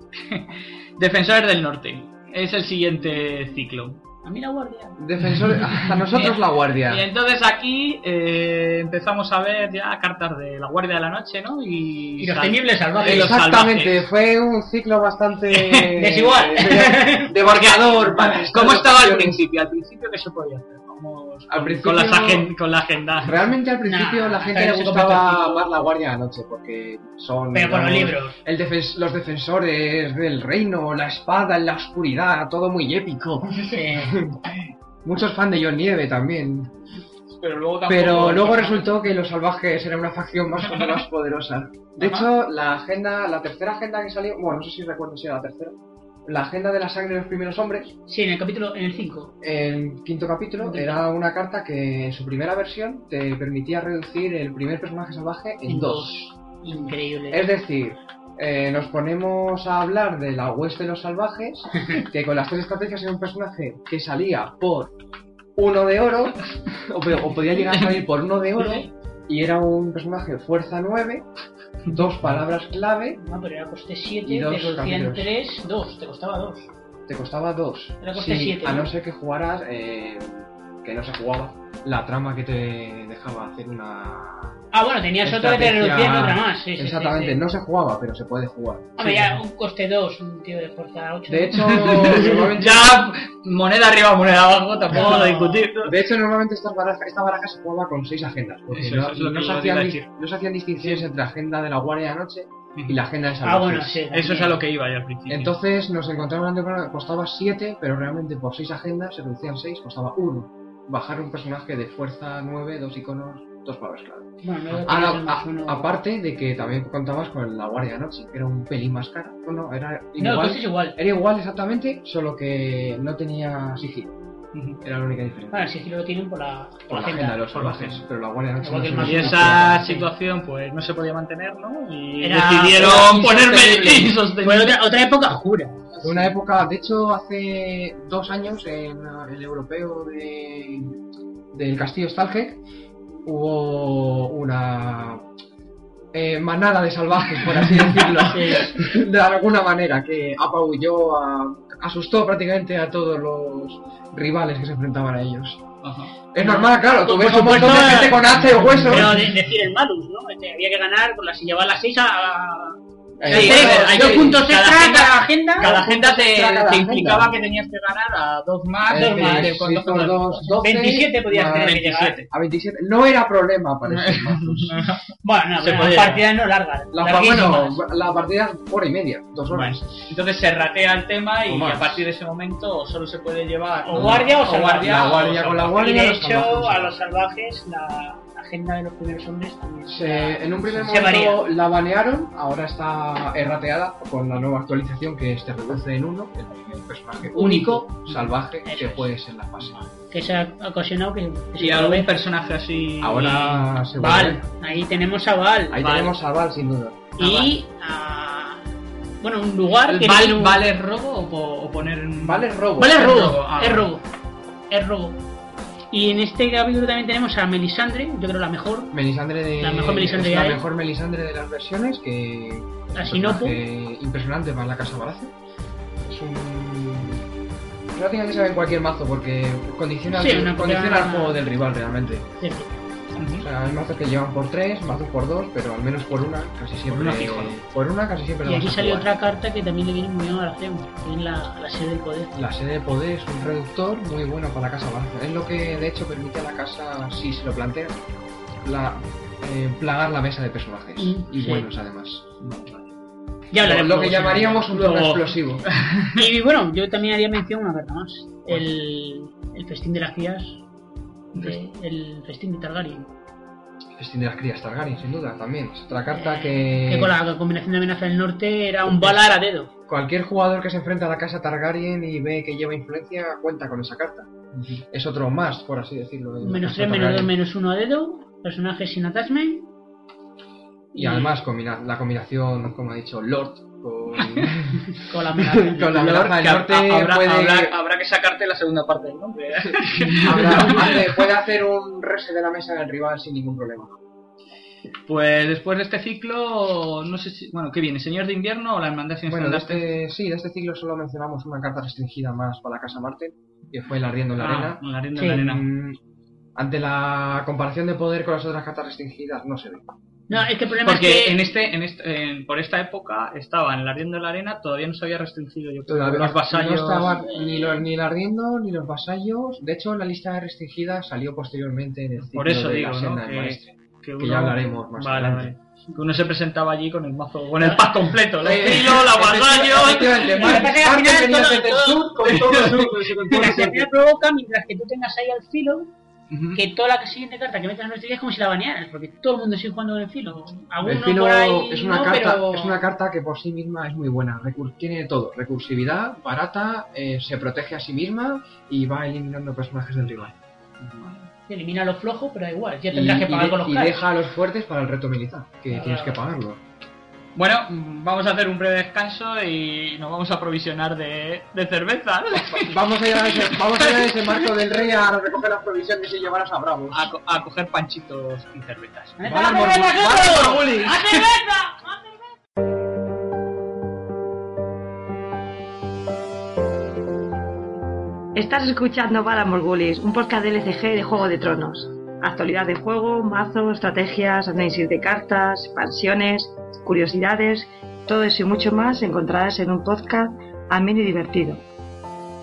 Defensores del Norte. Es el siguiente ciclo. A mí la guardia. Defensor. A nosotros la guardia. Y entonces aquí eh, empezamos a ver ya cartas de la Guardia de la Noche, ¿no? Y, Y los sal- temibles y salvajes. los Exactamente, salvajes. fue un ciclo bastante Desigual. de- Debarcador para estas ¿Cómo estaba al ocasiones. principio? Al principio, ¿qué se podía hacer? Vamos Al con, principio- con las agen- con la agenda. Realmente al principio Nah, la gente hasta le que se gustaba convirtió en más la guardia de la noche porque son Pero por los digamos, libros. el defen- los defensores del reino, la espada en la oscuridad, todo muy épico. Eh, Muchos fan de John Nieve también. Pero luego, tampoco- Pero luego resultó que los salvajes eran una facción más, más poderosa. De hecho, la agenda, la tercera agenda que salió, bueno, no sé si recuerdo si era la tercera, la agenda de la sangre de los primeros hombres, sí, en el capítulo, en el 5. el quinto capítulo Quinto. era una carta que en su primera versión te permitía reducir el primer personaje salvaje en, dos. Increíble. Es decir, eh, nos ponemos a hablar de la hueste de los salvajes, que con las tres estrategias era un personaje que salía por uno de oro, o, pe- o podía llegar a salir por uno de oro, y era un personaje fuerza 9, dos palabras clave, No, Ah, pero era coste 7, Y dos te costían capítulos. 3, 2, te costaba 2. te costaba dos. Era coste Sí, siete, a ¿no? no ser que jugaras, eh, que no se jugaba, la trama que te dejaba hacer una... Ah, bueno, tenías otra que te Estrategia- reducían otra más. Sí, sí, sí, Exactamente, sí. no se jugaba, pero se puede jugar. Hombre, ya un coste 2, un tío de fuerza 8. De hecho, normalmente- Ya, moneda arriba, moneda abajo, tampoco lo discutir. ¿no? De hecho, normalmente esta baraja, esta baraja se jugaba con seis agendas. Porque Eso, no, eso es lo que no se iba a hacían, decir. dis- no se hacían distinciones entre agenda de la guardia de la noche y la agenda de Ah, salvajes. bueno, sí. también. Eso es a lo que iba yo al principio. Entonces nos encontramos ante un problema que costaba 7, pero realmente por 6 agendas se reducían 6, costaba 1. Bajar un personaje de fuerza 9, dos iconos, dos palabras clave. Ah, Bueno, luego tenías Ahora, el a- más uno. Ah, aparte de que también contabas con la Guardia de la Noche, que era un pelín más cara. Bueno, era No, pues el igual, coste es igual. era igual exactamente, solo que no tenía sigilo. Ujú. Era la única diferencia. Bueno, el sigilo lo tienen por la, por por la la agenda de los por la salvajes, pero la Guardia de la Noche Igual que el no se y Más reducía. esa sí. situación pues no se podía mantener, ¿no? Y Era- decidieron era ponerme insostenible. Fue insostenible. otra, otra época oscura. Fue una época, de hecho, hace dos años en el europeo de, del Castillo Stalheck hubo una eh, manada de salvajes, por así decirlo, que, de alguna manera, que apabulló, a- asustó prácticamente a todos los rivales que se enfrentaban a ellos. Ajá. Es normal, claro, tú Por ves un montón de supuesto, eh, gente con hace o hueso. Pero eh, de- decir el malus, ¿no? Este, había que ganar, por la, si llevaba las 6 a. Eh, Sí, bueno, bueno, hay dos que- puntos cada extra agenda- cada agenda. Cada agenda te, Cada te agenda. implicaba que tenías que ganar a dos es más, Ah, dos decir, más, eh, si con dos hizo más. Eh, dos, 12, 27 podías más tener que 27. eh, llegar. A 27. No era problema para esos mazos. Bueno, no, Se pero podía las partidas no largas. La, pa- larguísimas. bueno, la partida hora y media, dos horas. Entonces se ratea el tema O y más. a partir de ese momento solo se puede llevar O guardia o salvaje. guardia la guardia o con la salvaje. y guardia. de los hecho, salvajes. a los salvajes, la agenda de los primeros hombres también. Se- en un primer Se varía. momento la banearon, ahora está errateada con la nueva actualización que se reduce en uno, el, el personaje único, salvaje Eso que es. puede ser la fase. que se ha ocasionado que, que Y se algún prove. personaje así. Ahora se Val. vuelve. Ahí tenemos a Val. Ahí Val. tenemos a Val sin duda. y a. Bueno, un lugar que. tiene ¿Val, un- ¿Val es robo o, po- o poner.? un- Val es robo. Val es robo. Es robo. Ah. es robo. Y en este capítulo también tenemos a Melisandre, yo creo la mejor. Melisandre de, La mejor Melisandre es que la hay. mejor Melisandre de las versiones que La un Sinopo. personaje Pues impresionante para la casa Balazo. Es un prácticamente se ve en cualquier mazo porque condiciona, Sí, una condiciona el propia- juego del rival realmente. O sea, hay mazos que llevan por tres, mazos por dos, pero al menos por una casi siempre. una fijo, ¿no? por una casi siempre. Y la aquí vas a salió jugar. otra carta que también le viene muy bien a la Zeus, que es la, la sede del poder. La sede de poder es un reductor muy bueno para la casa blanca. Es lo que de hecho permite a la casa, si se lo plantea, la- eh, plagar la mesa de personajes. Mm, y sí. buenos además. Ya hablaremos. lo que luego, llamaríamos un turno luego. explosivo. Y bueno, yo también haría mención una carta más. El, el festín de las crías. de- el festín de Targaryen. Festín de las crías Targaryen, sin duda, también. Es otra carta que, Que con la combinación de amenaza del norte era un balar a dedo. cualquier jugador que se enfrenta a la casa Targaryen y ve que lleva influencia cuenta con esa carta. Es otro más, por así decirlo. de la Menos casa 3, menos 2, Targaryen. menos 1 a dedo. Personaje sin atasme. Y además combina- la combinación, como ha dicho, Lord con, Con la amenaza. con la Lord, amenaza del que ha- norte habrá, puede, habrá- habrá que sacarte la segunda parte del nombre. ¿eh? habrá- hace- puede hacer un reset de la mesa del rival sin ningún problema. Pues después de este ciclo, no sé si. Bueno, ¿qué viene? ¿Señor de invierno o la hermandad sin Bueno, de estandarte? este, sí, de este ciclo solo mencionamos una carta restringida más para la Casa Marte, que fue el Arriendo en la Ah, Arena. la arena Sí. de la arena. Mm, Ante la comparación de poder con las otras cartas restringidas, no se ve. No, es que el problema Porque es que. en este, en este, en- por esta época estaba en la rienda de la arena, todavía no se había restringido yo creo, Todavía los vasallos. No estaban ni, los, ni el arriendo ni los vasallos. De hecho, la lista restringida salió posteriormente en el ciclo Por eso de digo, la ¿no? senda del Que- maestre. que, ya hablaremos más vale, adelante. vale. Que uno se presentaba allí con el mazo, con el pack completo, los filos, los vasallos. Efectivamente, Lo que pasa es que al Marvel final venía todo- desde el todo- sur con todo el sur, con su- con todo Mira, el si al sur. final provoca, mientras que tú tengas ahí al filo, Ujú. que toda la siguiente carta que metas en nuestra es como si la banearas, porque todo el mundo sigue jugando con el filo. Alguno El filo por ahí es una, no, carta, pero... es una carta que por sí misma es muy buena. Recur- tiene todo: recursividad, barata, eh, se protege a sí misma y va eliminando personajes del rival. Se elimina los flojos, pero da igual, ya Y, tendrás que y pagar de- con los y cards. deja a los fuertes para el reto militar, que Ah, tienes que claro. pagarlo. Bueno, vamos a hacer un breve descanso y nos vamos a provisionar de, de cerveza. Vamos a ir a ese, vamos a ir a ese marco del rey a recoger las provisiones y llevarlas a Bravos. A, co- a coger panchitos y cervezas. ¡A Van a cerveza, Morbu- Jesús! van a Morbulis. ¡A cerveza! ¡A cerveza! Estás escuchando Valamor Gulis, un podcast de LCG de Juego de Tronos. Actualidad de juego, mazos, estrategias, análisis de cartas, expansiones, curiosidades, todo eso y mucho más encontrarás en un podcast ameno y divertido.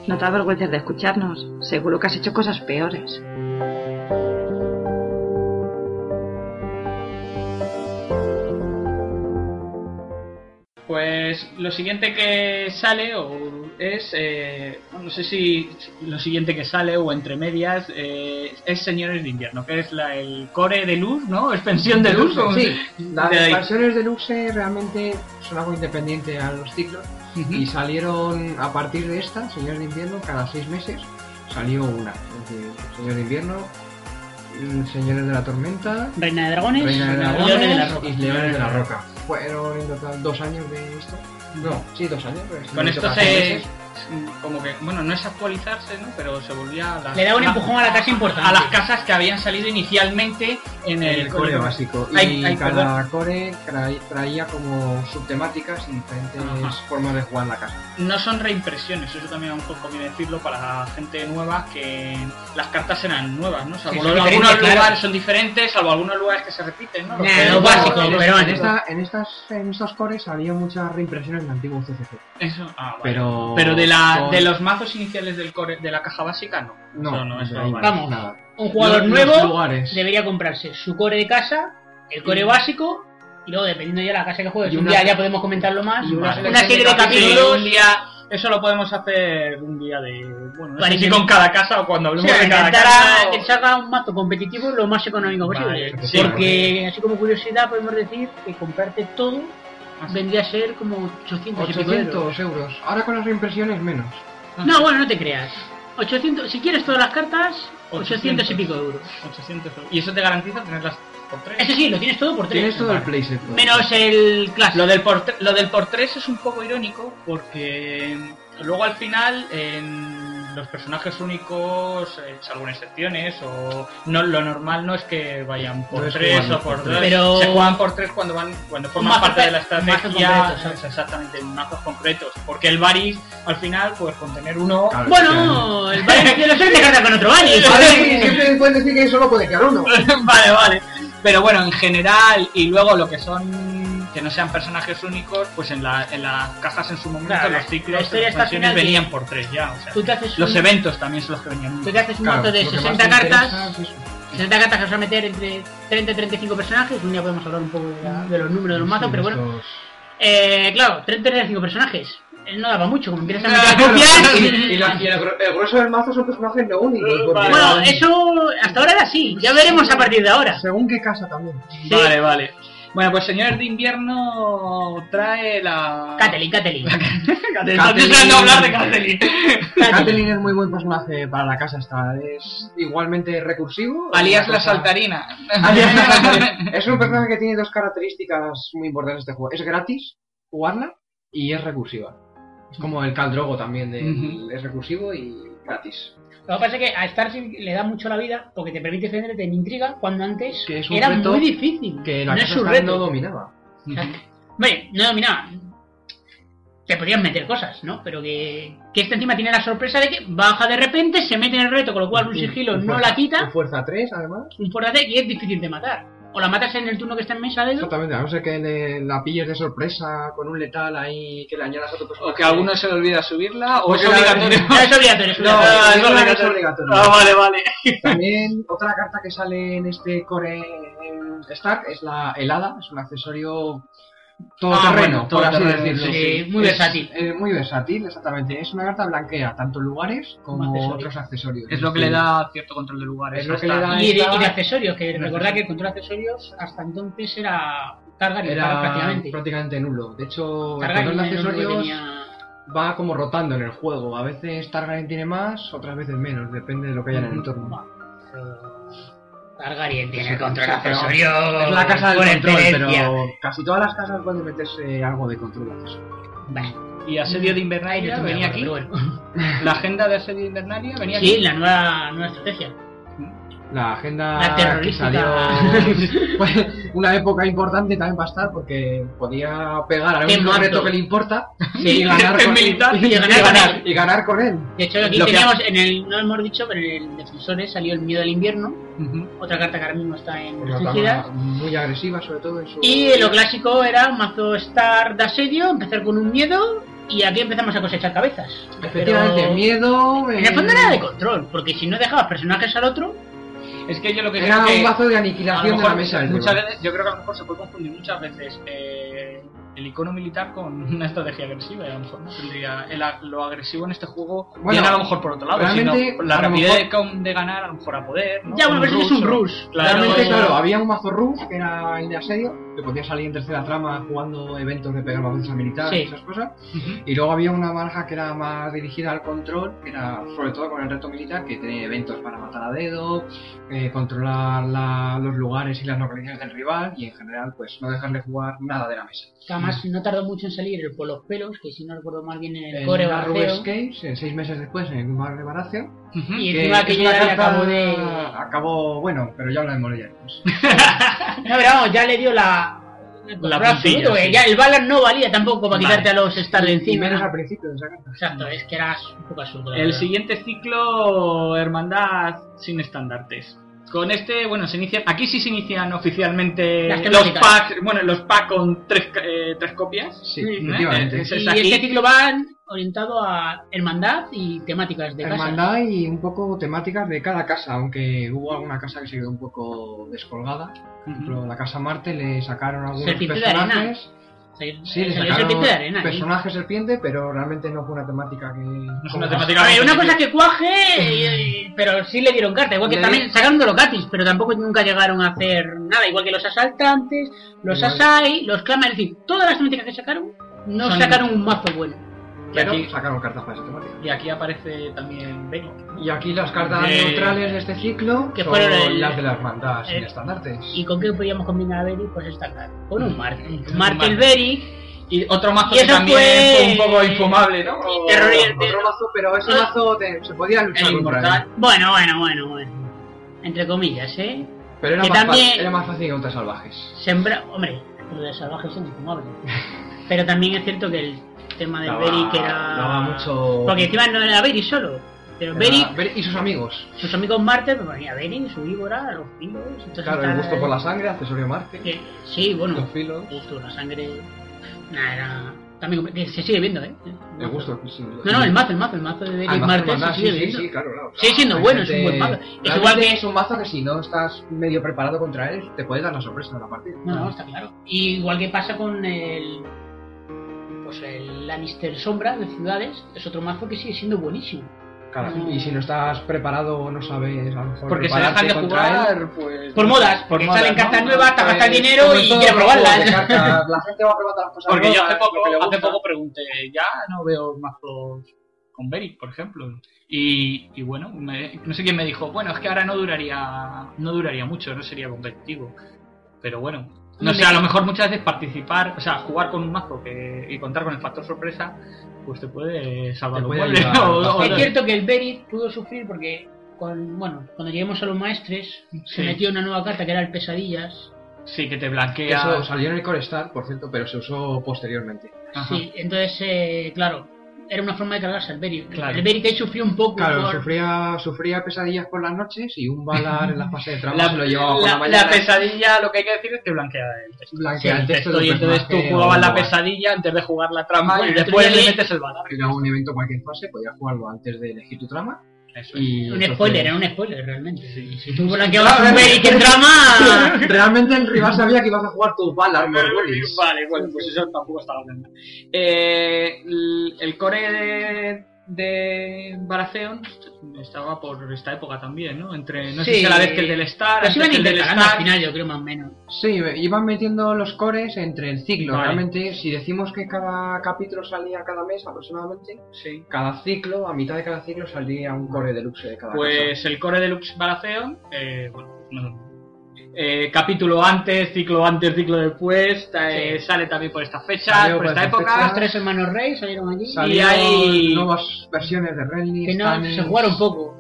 No te avergüences de escucharnos, seguro que has hecho cosas peores. Pues lo siguiente que sale o es, eh, no sé si lo siguiente que sale o entre medias eh, es Señores de Invierno, que es la, el core de luz, ¿no? Expansión de luz. como- Sí, las de ahí. expansiones deluxe realmente son algo independiente a los ciclos y salieron a partir de esta, Señores de Invierno, cada seis meses salió una. Es decir, Señores de Invierno, mm, Señores de la Tormenta, Reina de dragones. Reina de Leones Dragones de la Roca. y Leones de la Roca. Fueron en total dos años de esto. No, sí, dos años. pero Con no esto toca seis se... meses. Como que, bueno, no es actualizarse, ¿no? Pero se volvía a las, Le da un a- empujón a la casa importante. a las casas que habían salido inicialmente en el, el core básico. Y Ay, ay, cada core tra- traía como subtemáticas y diferentes Ajá. formas de jugar la casa. no son reimpresiones, eso también es un poco bien decirlo para gente nueva que las cartas eran nuevas, ¿no? Salvo Sí, son en algunos diferentes, claro. lugares son diferentes, salvo algunos lugares que se repiten, ¿no? Los Nah, que- lo básico, los- pero en, bueno. esta, en, estas, en estos cores había muchas reimpresiones de antiguos CCC. Eso, ah, vale. pero, Pero, de la con- de los mazos iniciales del core, de la caja básica no. No, eso no, eso de no ahí vale. Vamos. nada. Un jugador Los- los nuevo lugares. debería comprarse su core de casa, el core básico, y luego dependiendo ya de la casa que juegues, Y un una- día ya podemos comentarlo más. y una Vale. selección serie de capítulos. un día, eso lo podemos hacer un día de, bueno, no sé Para si que- con cada casa o cuando O hablemos sea, de cada intentar casa. a- o- que salga un mazo competitivo lo más económico Vale, posible. sí, Porque, así como curiosidad, podemos decir que comprarte todo Ah, vendría a ser como 800 y pico de euros. 800 euros. Ahora con las reimpresiones menos. No, bueno, no te creas. 800, si quieres todas las cartas, 800, y 800. pico de euros. 800 euros. Y eso te garantiza tenerlas por tres. Eso sí, lo tienes todo por Tienes tres. todo el playset. ¿no? Menos el clásico. Lo del, por, tre- lo del por tres es un poco irónico porque mm, luego al final en los personajes únicos, eh, salvo en excepciones, o no, lo normal no es que vayan por No es que tres juegan o por por tres. tres. Pero- Se juegan por tres cuando van cuando forman mazo parte pe- de la mazos estrategia. concretos, ¿sabes? exactamente, en mazos concretos. Porque el Baris al final, pues con tener uno. Claro, Bueno, el Bayern tiene suerte de carta con otro Bayern. Ahora sí, siempre pueden decir que solo puede quedar uno. vale, vale. Pero bueno, en general, y luego lo que son que no sean personajes únicos, pues en, la, en las cajas en su momento, Claro, los la- ciclos, la historia las está expansiones final que- venían por tres ya. O sea, Tú te haces los un- eventos también son los que venían. tú te haces un Claro, mazo de lo que más 60 te cartas. interesa es eso. 60 cartas que vas a meter entre 30 y 35 personajes. Un día podemos hablar un poco de, la- de los números de los mazos, Sí, pero bueno. estos- Eh, claro, 30 y 35 personajes. Él no daba mucho, como empiezas a meter Y, copias. y la- y el, gru- el grueso del mazo son personajes no únicos. porque- Bueno, eso hasta ahora era así. Ya veremos a partir de ahora. Según qué casa también. Vale, vale. Bueno, pues Señores de Invierno trae la. Catelyn, Catelyn. Catelyn. No estoy Catelyn. deseando hablar de Catelyn. Catelyn es muy buen personaje para la casa esta. Es igualmente recursivo. Alias Es la una cosa- saltarina. Alias la saltarina. Es un personaje que tiene dos características muy importantes de este juego. Es gratis jugarla y es recursiva. Es como el Caldrogo también. del- Ujú. Es recursivo y gratis. Lo que pasa es que a Starship le da mucho la vida porque te permite defenderte en intriga cuando antes Que es un era reto muy difícil. Que la no es casa su esta no reto. dominaba. Hombre, no dominaba. Te podían meter cosas, ¿no? Pero que, que este encima tiene la sorpresa de que baja de repente, se mete en el reto, con lo cual un sigilo no fuerza- la y quita, Fuerza 3, además. un forate y es difícil de matar. O la matas en el turno que está en mesa de Exactamente, a no ser que le- la pilles de sorpresa con un letal ahí que le añadas a tu personaje. O que a alguno se le olvida subirla, o Porque es la- obligatorio. No es obligatorio, es No, obligatorio. no, es es obligatorio. obligatorio. Ah, vale, vale. También otra carta que sale en este core en Stark es la helada, es un accesorio todoterreno, Ah, bueno, por así todoterreno, decirlo. sí, sí. Muy Es- versátil. es muy versátil, exactamente. Es una carta blanquea tanto lugares como Como accesorio. otros accesorios. Es lo que le da cierto control de lugares. Es lo a que le esta- da- Y de, Ahí y de está. accesorios, que No, recordad sí. que el control de accesorios hasta entonces era carga y Era prácticamente. prácticamente. nulo. De hecho, el Carga control de ni- no accesorios tenía- va como rotando en el juego. A Mm. veces Targaryen tiene más, otras veces menos, depende de lo que haya en el entorno. Bueno, pero Targaryen eh, tiene el Eso, control o sea, pero accesorio. Es la casa del por control, excelencia. pero casi todas las casas pueden meterse algo de control accesorio. Bah, Y Asedio de yo Invernalia estoy muy de venía acuerdo, aquí. pero bueno. La agenda de Asedio de Invernalia venía Sí, aquí. la nueva, nueva estrategia. La agenda La terrorística. que salió fue una época importante también va a estar porque podía pegar a Qué un mato. reto que le importa Sí, y ganar Este con militar. y, Y ganar con ganar- él. y ganar con él. De hecho, aquí Lo que teníamos, en el, no hemos dicho, pero en el Defensores salió el miedo al invierno, Ujú. otra carta que ahora mismo está en Una restringida. dama muy agresiva sobre todo en su Y lo clásico era un mazo Star de asedio, empezar con un miedo, y aquí empezamos a cosechar cabezas. Efectivamente, Pero miedo. En eh, el fondo era de control, porque si no dejabas personajes al otro, Es que yo lo que era creo que- un mazo de a lo aniquilación de mejor la mesa del muchas rival. veces- yo creo que a lo mejor se puede confundir muchas veces eh, el icono militar con una estrategia agresiva y a lo mejor no tendría el a- lo agresivo en este juego Bueno, viene a lo mejor por otro lado realmente, sino la a lo rapidez mejor- de com- de ganar a lo mejor a poder ¿no? ya bueno, pero es que es un rush, rush. Claro, Realmente, eh, claro, había un mazo Rush que era el de asedio, que podía salir en tercera trama jugando eventos de pegar balanza militar Sí. y esas cosas. Y luego había una baraja que era más dirigida al control, que era sobre todo con el reto militar, que tenía eventos para matar a dedo, eh, controlar la- los lugares y las localizaciones del rival, y en general, pues no dejarle jugar nada de la mesa. Que además no tardó mucho en salir el por los pelos, que si no recuerdo mal bien en el En core la barceo. Rush Case, en seis meses después, en el bar de Baracio, Ujú. Y que encima que es yo una ya le carta- acabo de. acabó bueno, pero ya hablaremos de ella. después. No, pero vamos, ya le dio la. La control puntilla, absoluto, que sí. Ya el Balan no valía tampoco para Vale. quitarte a los Star de Y encima. menos al principio de esa carta. Exacto, es que eras un poco absurdo. la El verdad. siguiente ciclo, Hermandad sin estandartes. Con este, bueno, se inicia, aquí sí se inician oficialmente Las los temáticas. packs, bueno, los packs con tres, ca- eh, tres copias. Sí, ¿eh? efectivamente. Entonces, Y aquí- este ciclo va orientado a hermandad y temáticas de casa. Hermandad y un poco temáticas de cada casa, aunque hubo alguna casa que se quedó un poco descolgada. Por Ujú. ejemplo, la casa Marte le sacaron algunos Serpiente de arena. personajes. Salió- Sí, le salió sacaron serpiente de arena. ¿eh? personajes serpiente, pero realmente no fue una temática que. No es una temática. A ver, una cosa es que cuaje, y- y- pero sí le dieron carta. Igual que Le también dieron- sacaron de los gatis, pero tampoco nunca llegaron a hacer nada. Igual que los asaltantes, los Igual. asai, los clamas, es decir, todas las temáticas que sacaron, no Son- sacaron un mazo bueno. Pero- sacaron cartas para esa temática. y aquí aparece también Bacon. Y aquí las cartas Eh, neutrales de este ciclo que son fueron el- las de las hermandad sin el- estandartes. ¿Y con qué podíamos combinar a Berry? Pues está claro. Con un Martel. Con un Martel Martel. Berry, Y otro mazo Y que eso también fue- fue un poco infumable, ¿no? Y O- terror- Otro mazo, pero ese Ah. mazo te- se podía luchar El contra él. inmortal. bueno, bueno, bueno, bueno. Entre comillas, ¿eh? Pero era Que más, fa- también- era más fácil que contra salvajes. Sembra, hombre, lo de salvajes es infumable. Pero también es cierto que el tema del Daba- Berry que era. daba mucho- Porque encima no era Berry solo. Pero Era- Berry, Beric y sus amigos. Ah, sus amigos Marte, pues ponía Berry, su víbora, los filos. entonces Claro, el tal- gusto por la sangre, accesorio Marte, que- sí, bueno, los filos, el gusto, la sangre. Nada, era. También que se sigue viendo, ¿eh? el gusto. sin duda. No, no, el mazo, el mazo, el mazo de Ah, Berry el mazo Marte hermandad, se sí, sigue sí, viendo. sí, claro, claro. Sigue siendo Hay bueno, es gente- un buen mazo. Es Realmente igual que. es un mazo que si no estás medio preparado contra él, te puede dar la sorpresa de la partida. No, no, está claro. Y igual que pasa con el. Pues el Lannister Sombra de Ciudades, es otro mazo que sigue siendo buenísimo. Claro, no. Y si no estás preparado o no sabes, a lo mejor Porque se prepararte dejan de contra él, jugar, pues... Por modas, porque modas, salen ¿no? cartas nuevas, te pues, gastas dinero como en y todos quieres los juegos de probarlas. cartas, la gente va a probar las cosas Porque yo nuevas, lo que hace le poco, hace gusta. poco pregunté, ya no veo mazos con Beric, por ejemplo. Y, y bueno, me- no sé quién me dijo, bueno, es que ahora no duraría no duraría mucho, no sería competitivo. Pero bueno, no sé, a lo mejor muchas veces participar, o sea, jugar con un mazo que, y contar con el factor sorpresa, pues te puede salvar Te un puede mueble. ayudar o- bastante. o- Es cierto que el Beric pudo sufrir porque, con, bueno, cuando lleguemos a los maestres, se Sí. metió una nueva carta que era el Pesadillas. sí, que te Que blanquea. Eso salió en el Core Star, por cierto, pero se usó posteriormente. Ajá. Sí, entonces, eh, claro, era una forma de cargarse al Beric. Claro. El Beric ahí sufrió un poco Claro, por- sufría, sufría pesadillas por las noches y un balar en la fase de trama La, se lo llevaba por la, la- mañana. la pesadilla, lo que hay que decir es que blanquea el texto. Blanquea el Sí, texto del y entonces tú personaje jugabas o- la pesadilla antes de jugar la trama Bueno, el y otro después día le leí- metes el balar. Era un evento en cualquier fase, podías jugarlo antes de elegir tu trama. Y Un entonces- spoiler, ¿eh? era un spoiler realmente. Si tú Claro, blanqueabas un eh. Beric en Ah. drama... Realmente el rival sabía que ibas a jugar tu Valar Morgulis. Vale, bueno, pues eso tampoco está hablando. Eh, el el core de, de Baratheon estaba por esta época también, ¿no? Entre, no Sí. sé si a la vez que el del Star, Los antes iban que el del intercalando al Star. final, yo creo, más o menos. Sí, iban metiendo los cores entre el ciclo. Vale. Realmente, si decimos que cada capítulo salía cada mes aproximadamente, Sí. cada ciclo, a mitad de cada ciclo salía un core deluxe de cada Pues el core deluxe Baratheon, eh, bueno, no- eh, capítulo antes, ciclo antes, ciclo después, eh, sale también por esta fecha, Salió por por esta esta época. Los tres hermanos Rey salieron allí. Sal- Y Y hay- hay nuevas versiones de Renly. que no, Stannis. se jugaron poco.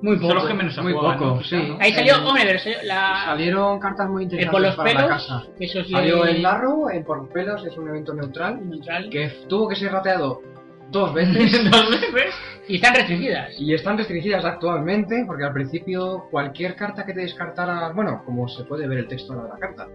Muy poco. Son los que menos se Muy juegan, poco, ¿no? sí. Quizá, ¿no? Ahí salió, El- hombre, pero salió la. Salieron cartas muy El Eh, por interesantes los para la pelos. casa. Eso sí. Salió hay- el Larro, el por los pelos, es un evento neutral neutral. que f- tuvo que ser rateado dos veces Dos veces. Y están restringidas. y están restringidas actualmente porque al principio cualquier carta que te descartaras, bueno, como se puede ver el texto ahora de la carta,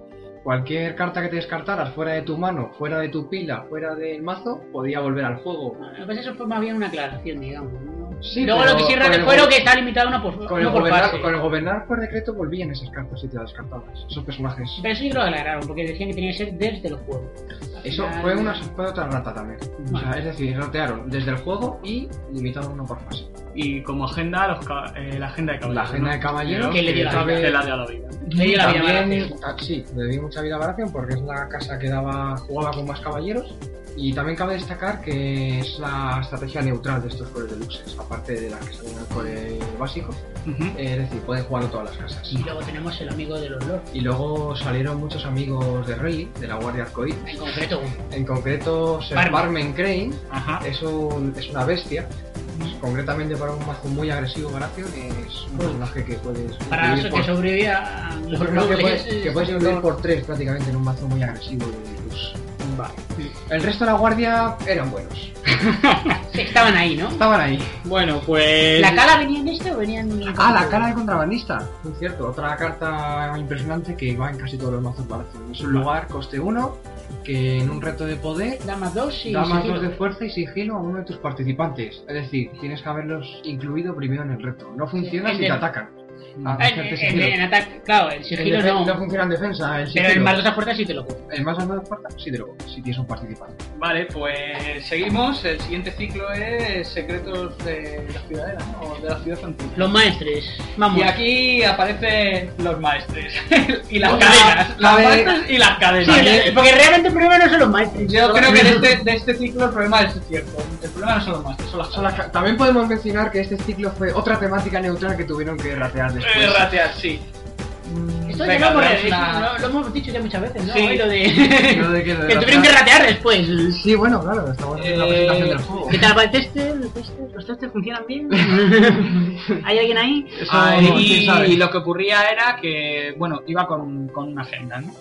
cualquier carta que te descartaras fuera de tu mano, fuera de tu pila, fuera del mazo, podía volver al juego. Lo que pasa es que eso fue más bien una aclaración, digamos. ¿no? Sí, Luego pero lo que sí con raro el fue go- lo que está limitado uno por, Con el, uno por gobernar, fase. con el gobernar por decreto volvían esas cartas si te las descartabas, esos personajes. Pero eso yo creo que lo aclararon, porque decían que tenía que ser desde los juegos. Al Eso final- fue una fue otra rata también. O sea, es decir, ratearon desde el juego y limitaron uno por fase. Y como agenda, los ca- eh, la agenda de caballeros. La agenda ¿no? de caballeros Que le dio la otra vida. vez le ha dado la vida. Le dio la vida También- barata. ah, sí, le di mucha vida a Baratheon porque es la casa que daba, jugaba con más caballeros. Y también cabe destacar que es la estrategia neutral de estos cores deluxes, aparte de la que salen al core básico. Es decir, pueden jugarlo todas las casas. Y luego tenemos el amigo de los lords. Y luego salieron muchos amigos de Rayleigh, de la Guardia Arcoíris. En concreto, uno. En concreto, Sir Barman. Barman Crane, Ajá. es, un- es una bestia. Pues, concretamente para un mazo muy agresivo, Baratheon, es un personaje que puedes. para incluir eso que por- sobrevivía a los Creo que puedes, nobles. que puedes incluir por tres prácticamente en un mazo muy agresivo de Luz. Vale. El resto de la guardia eran buenos. Sí, Estaban ahí, ¿no? Estaban ahí. Bueno, pues. ¿La cara venía en este o venía en el Ah, la cara de contrabandista. Muy cierto, otra carta impresionante que va en casi todos los mazos Baratheon. Es un lugar coste 1 que en un reto de poder Da más dos y da más sigilo. Eh, dos de fuerza y sigilo a uno de tus participantes. Es decir, tienes que haberlos incluido primero en el reto. No funciona El si del- te atacan. Ah, Ah, en, Hacerte en- sigilo. en ataque, claro, el El sigilo defen- no. funciona en defensa, el pero el sigilo. más dos a fuerza sí te lo coge. El más dos de fuerza, sí te lo si tienes un participante. Vale, pues seguimos. El siguiente ciclo es Secretos de la Ciudadela, ¿no? O de la Ciudad Fantasma. Los maestres. Vamos. Y aquí aparecen los maestres. y las Los cadenas. la Los de- maestres y las Sí, eh, cadenas. porque realmente el problema no son los maestres. Yo creo que de este, de este ciclo el problema es cierto. El problema no son los maestros, son las Son las ca- También podemos mencionar que este ciclo fue otra temática neutral que tuvieron que ratear después. Eh, ratear, sí. Esto Venga, ya lo, hemos, veamos la- lo- lo hemos dicho ya muchas veces, ¿no? Sí. Hoy Lo de... Lo de que lo de que tuvieron que ratear- ratear después. Sí, bueno, claro, estamos haciendo la Eh, presentación del juego. ¿Qué tal va el tester? ¿Los testes? ¿Los testes funcionan bien? ¿Hay alguien ahí? Eso, Ahí quién sabe. y lo que ocurría era que, bueno, iba con, con una agenda, ¿no?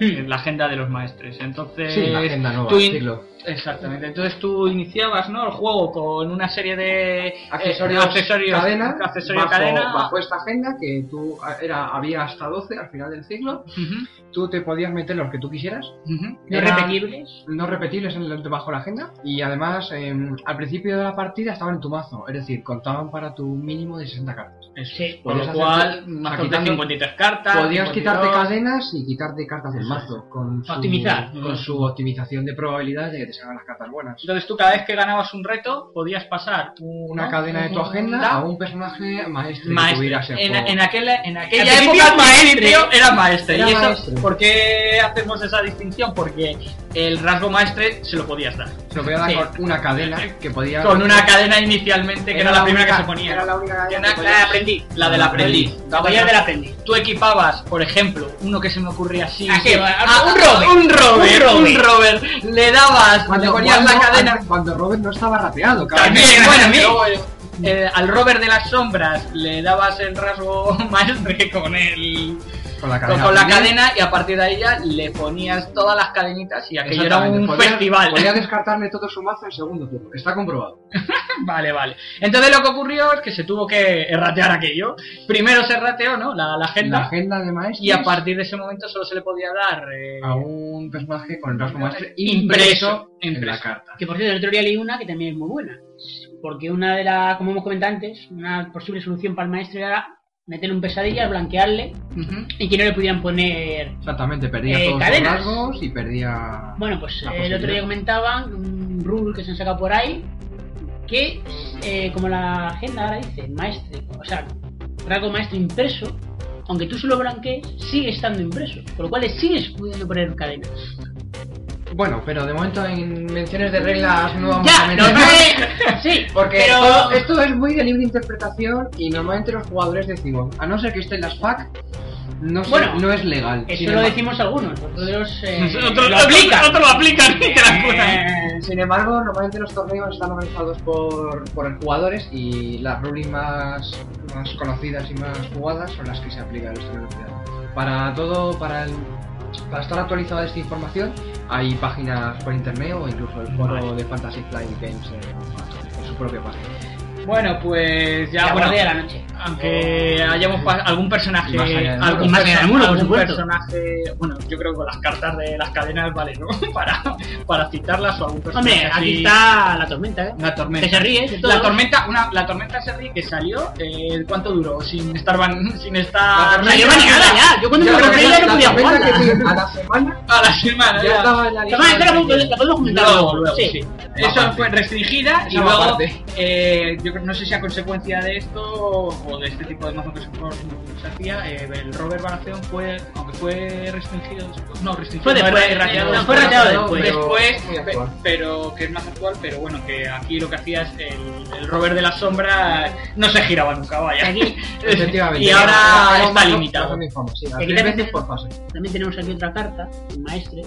La agenda de los maestres. Entonces, Sí, la agenda nueva, tú el in- ciclo. Exactamente. Entonces tú iniciabas, ¿no? El juego con una serie de eh, Accesorios, accesorios cadena, accesorio bajo, cadena. bajo esta agenda que tú ah, era, había hasta 12 al final del ciclo. Ujú, Tú te podías meter los que tú quisieras, ujú. ¿No Era- repetibles? no repetibles en el- bajo la agenda. Y además, eh, al principio de la partida estaban en tu mazo, es decir, contaban para tu mínimo de 60 cartas. Sí. Con Podías lo hacerte- cual, o sea, más de pues quitando- 53 cartas. Podías quitarte 52. cadenas y quitarte cartas del mazo. Con su, Optimizar. Con su optimización de probabilidades de que te salgan las cartas buenas. Entonces tú cada vez que ganabas un reto podías pasar Una cadena de tu agenda a un personaje maestro que maestro. tuvieras en En, juego. en aquel, en aquella Al principio época era maestre. maestro era maestro. Era ¿Y eso maestre. por qué hacemos esa distinción? Porque el rasgo maestre se lo podías dar. Se lo voy a dar Sí. con una cadena que podía. Con una cadena inicialmente que era, la primera única- que se ponía. Era la única cadena. Que que era la podías- del aprendiz. La del aprendiz. La huella del aprendiz. Tú equipabas, por ejemplo, uno que se me ocurría así. Así, que- un ah, Robert. Un Robert. Un Un Robert. Le dabas, le Cuando, ponías cuando- la cadena. Cuando Robert no estaba rateado, cabrón. También, También, bueno, luego, eh, al Robert de las sombras le dabas el rasgo maestre con el eh, Con la con, cadena. con la también. cadena y a partir de ella le ponías todas las cadenitas y aquello era Exactamente, un podía- festival. Podía descartarle todo su mazo en segundo turno. Está comprobado. Vale, vale. Entonces lo que ocurrió es que se tuvo que ratear aquello. Primero se rateó, ¿no? La, la agenda. La agenda de maestros. Y a partir de ese momento solo se le podía dar eh, A un personaje con el rasgo maestro impreso, impreso en la impreso. carta. Que por cierto, el otro día leí una que también es muy buena. Porque una de las, como hemos comentado antes, una posible solución para el maestro era meterle un pesadilla, blanquearle Ujú. y que no le pudieran poner. Exactamente, perdía Eh, todos cadenas. los rasgos y perdía. Bueno, La pues eh, el posibilidad. otro día comentaban un rule que se han sacado por ahí que, eh, como la agenda ahora dice, maestro, o sea, rasgo maestro impreso, aunque tú se lo blanquees, sigue estando impreso. Con lo cual le sigues pudiendo poner cadenas. Bueno, pero de momento en menciones de reglas no vamos a Ya, meter. normalmente. sí, Porque pero. todo- esto es muy de libre interpretación y normalmente los jugadores decimos, a no ser que estén las FAC, No, sé, Bueno, no es legal. Eso sin lo embargo. decimos algunos, otros eh, Otro lo aplican. Otro lo aplican y te la curan. Eh, Sin embargo, normalmente los torneos están organizados por, por jugadores y las rulings más, más conocidas y más jugadas son las que se aplican a los torneos. de dados. Para todo, para, el- para estar actualizada esta información, hay páginas por internet o incluso el foro de Fantasy Flight Games eh, en su propia página. Bueno, pues ya, la bueno, guardia de la noche. aunque hayamos pas- algún personaje, Y más allá del muro. algún, Más allá del muro, por algún supuesto. personaje, bueno, yo creo que con las cartas de las cadenas vale, ¿no? Para, para citarlas o algún personaje. Oh, Hombre, aquí así. está la tormenta, ¿eh? La tormenta. Que se ríe de todo. La tormenta, una, la tormenta se ríe que salió, eh, ¿cuánto duró? Sin estar, ban- sin La estar. O sea, yo baneada ya. Yo cuando me Yo lo creo que compré la- ya no la podía tormenta jugarla. que tiene a la semana A la semana, ya ya. estaba en la lista. Toma, espera, de- la podemos comentar Luego, luego, sí. Eso Aparte. fue restringida y Esa luego, aparte. eh, yo creo- no sé si a consecuencia de esto o de este tipo de mazo que se, se hacía, eh, el Robert Baratheon fue, aunque fue restringido después, no, restringido, Fue no, después, era rateado no, después. fue rateado después. Después, Muy pe- actual. pero que es más actual, pero bueno, que aquí lo que hacía es el, el Robert de la Sombra no se giraba nunca, vaya. Aquí Efectivamente. y Era- ahora era un está mazo- limitado. era muy famoso, sí, a Aquí tres también- veces por fase. también tenemos aquí otra carta, un maestre.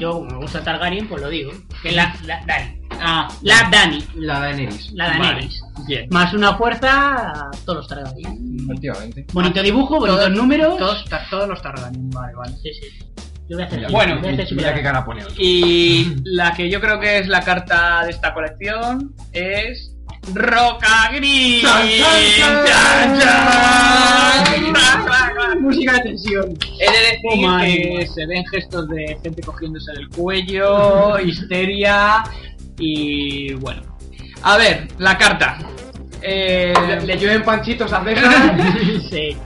Yo, como me gusta Targaryen, pues lo digo. Que es la, la Dani. Ah, La Dani. La Daenerys. La Daenerys. bien. Más una fuerza, todos los Targaryen. Efectivamente. Bonito dibujo, bonitos Todos- números. Todos, todos los Targaryen, vale, vale. Sí, sí. Yo voy a hacer. Bueno, voy a hacer mira qué superar. cara pone otro. Y la que yo creo que es la carta de esta colección es Roca Gris. ¡Chan, chan, chan! ¡Chan, chan! ¡Clan, clan, clan! música de tensión. He de decir Toma, que ánimo. se ven gestos de gente cogiéndose del cuello, histeria y bueno. A ver, la carta. Eh, Le, le llueven panchitos a César. Sí.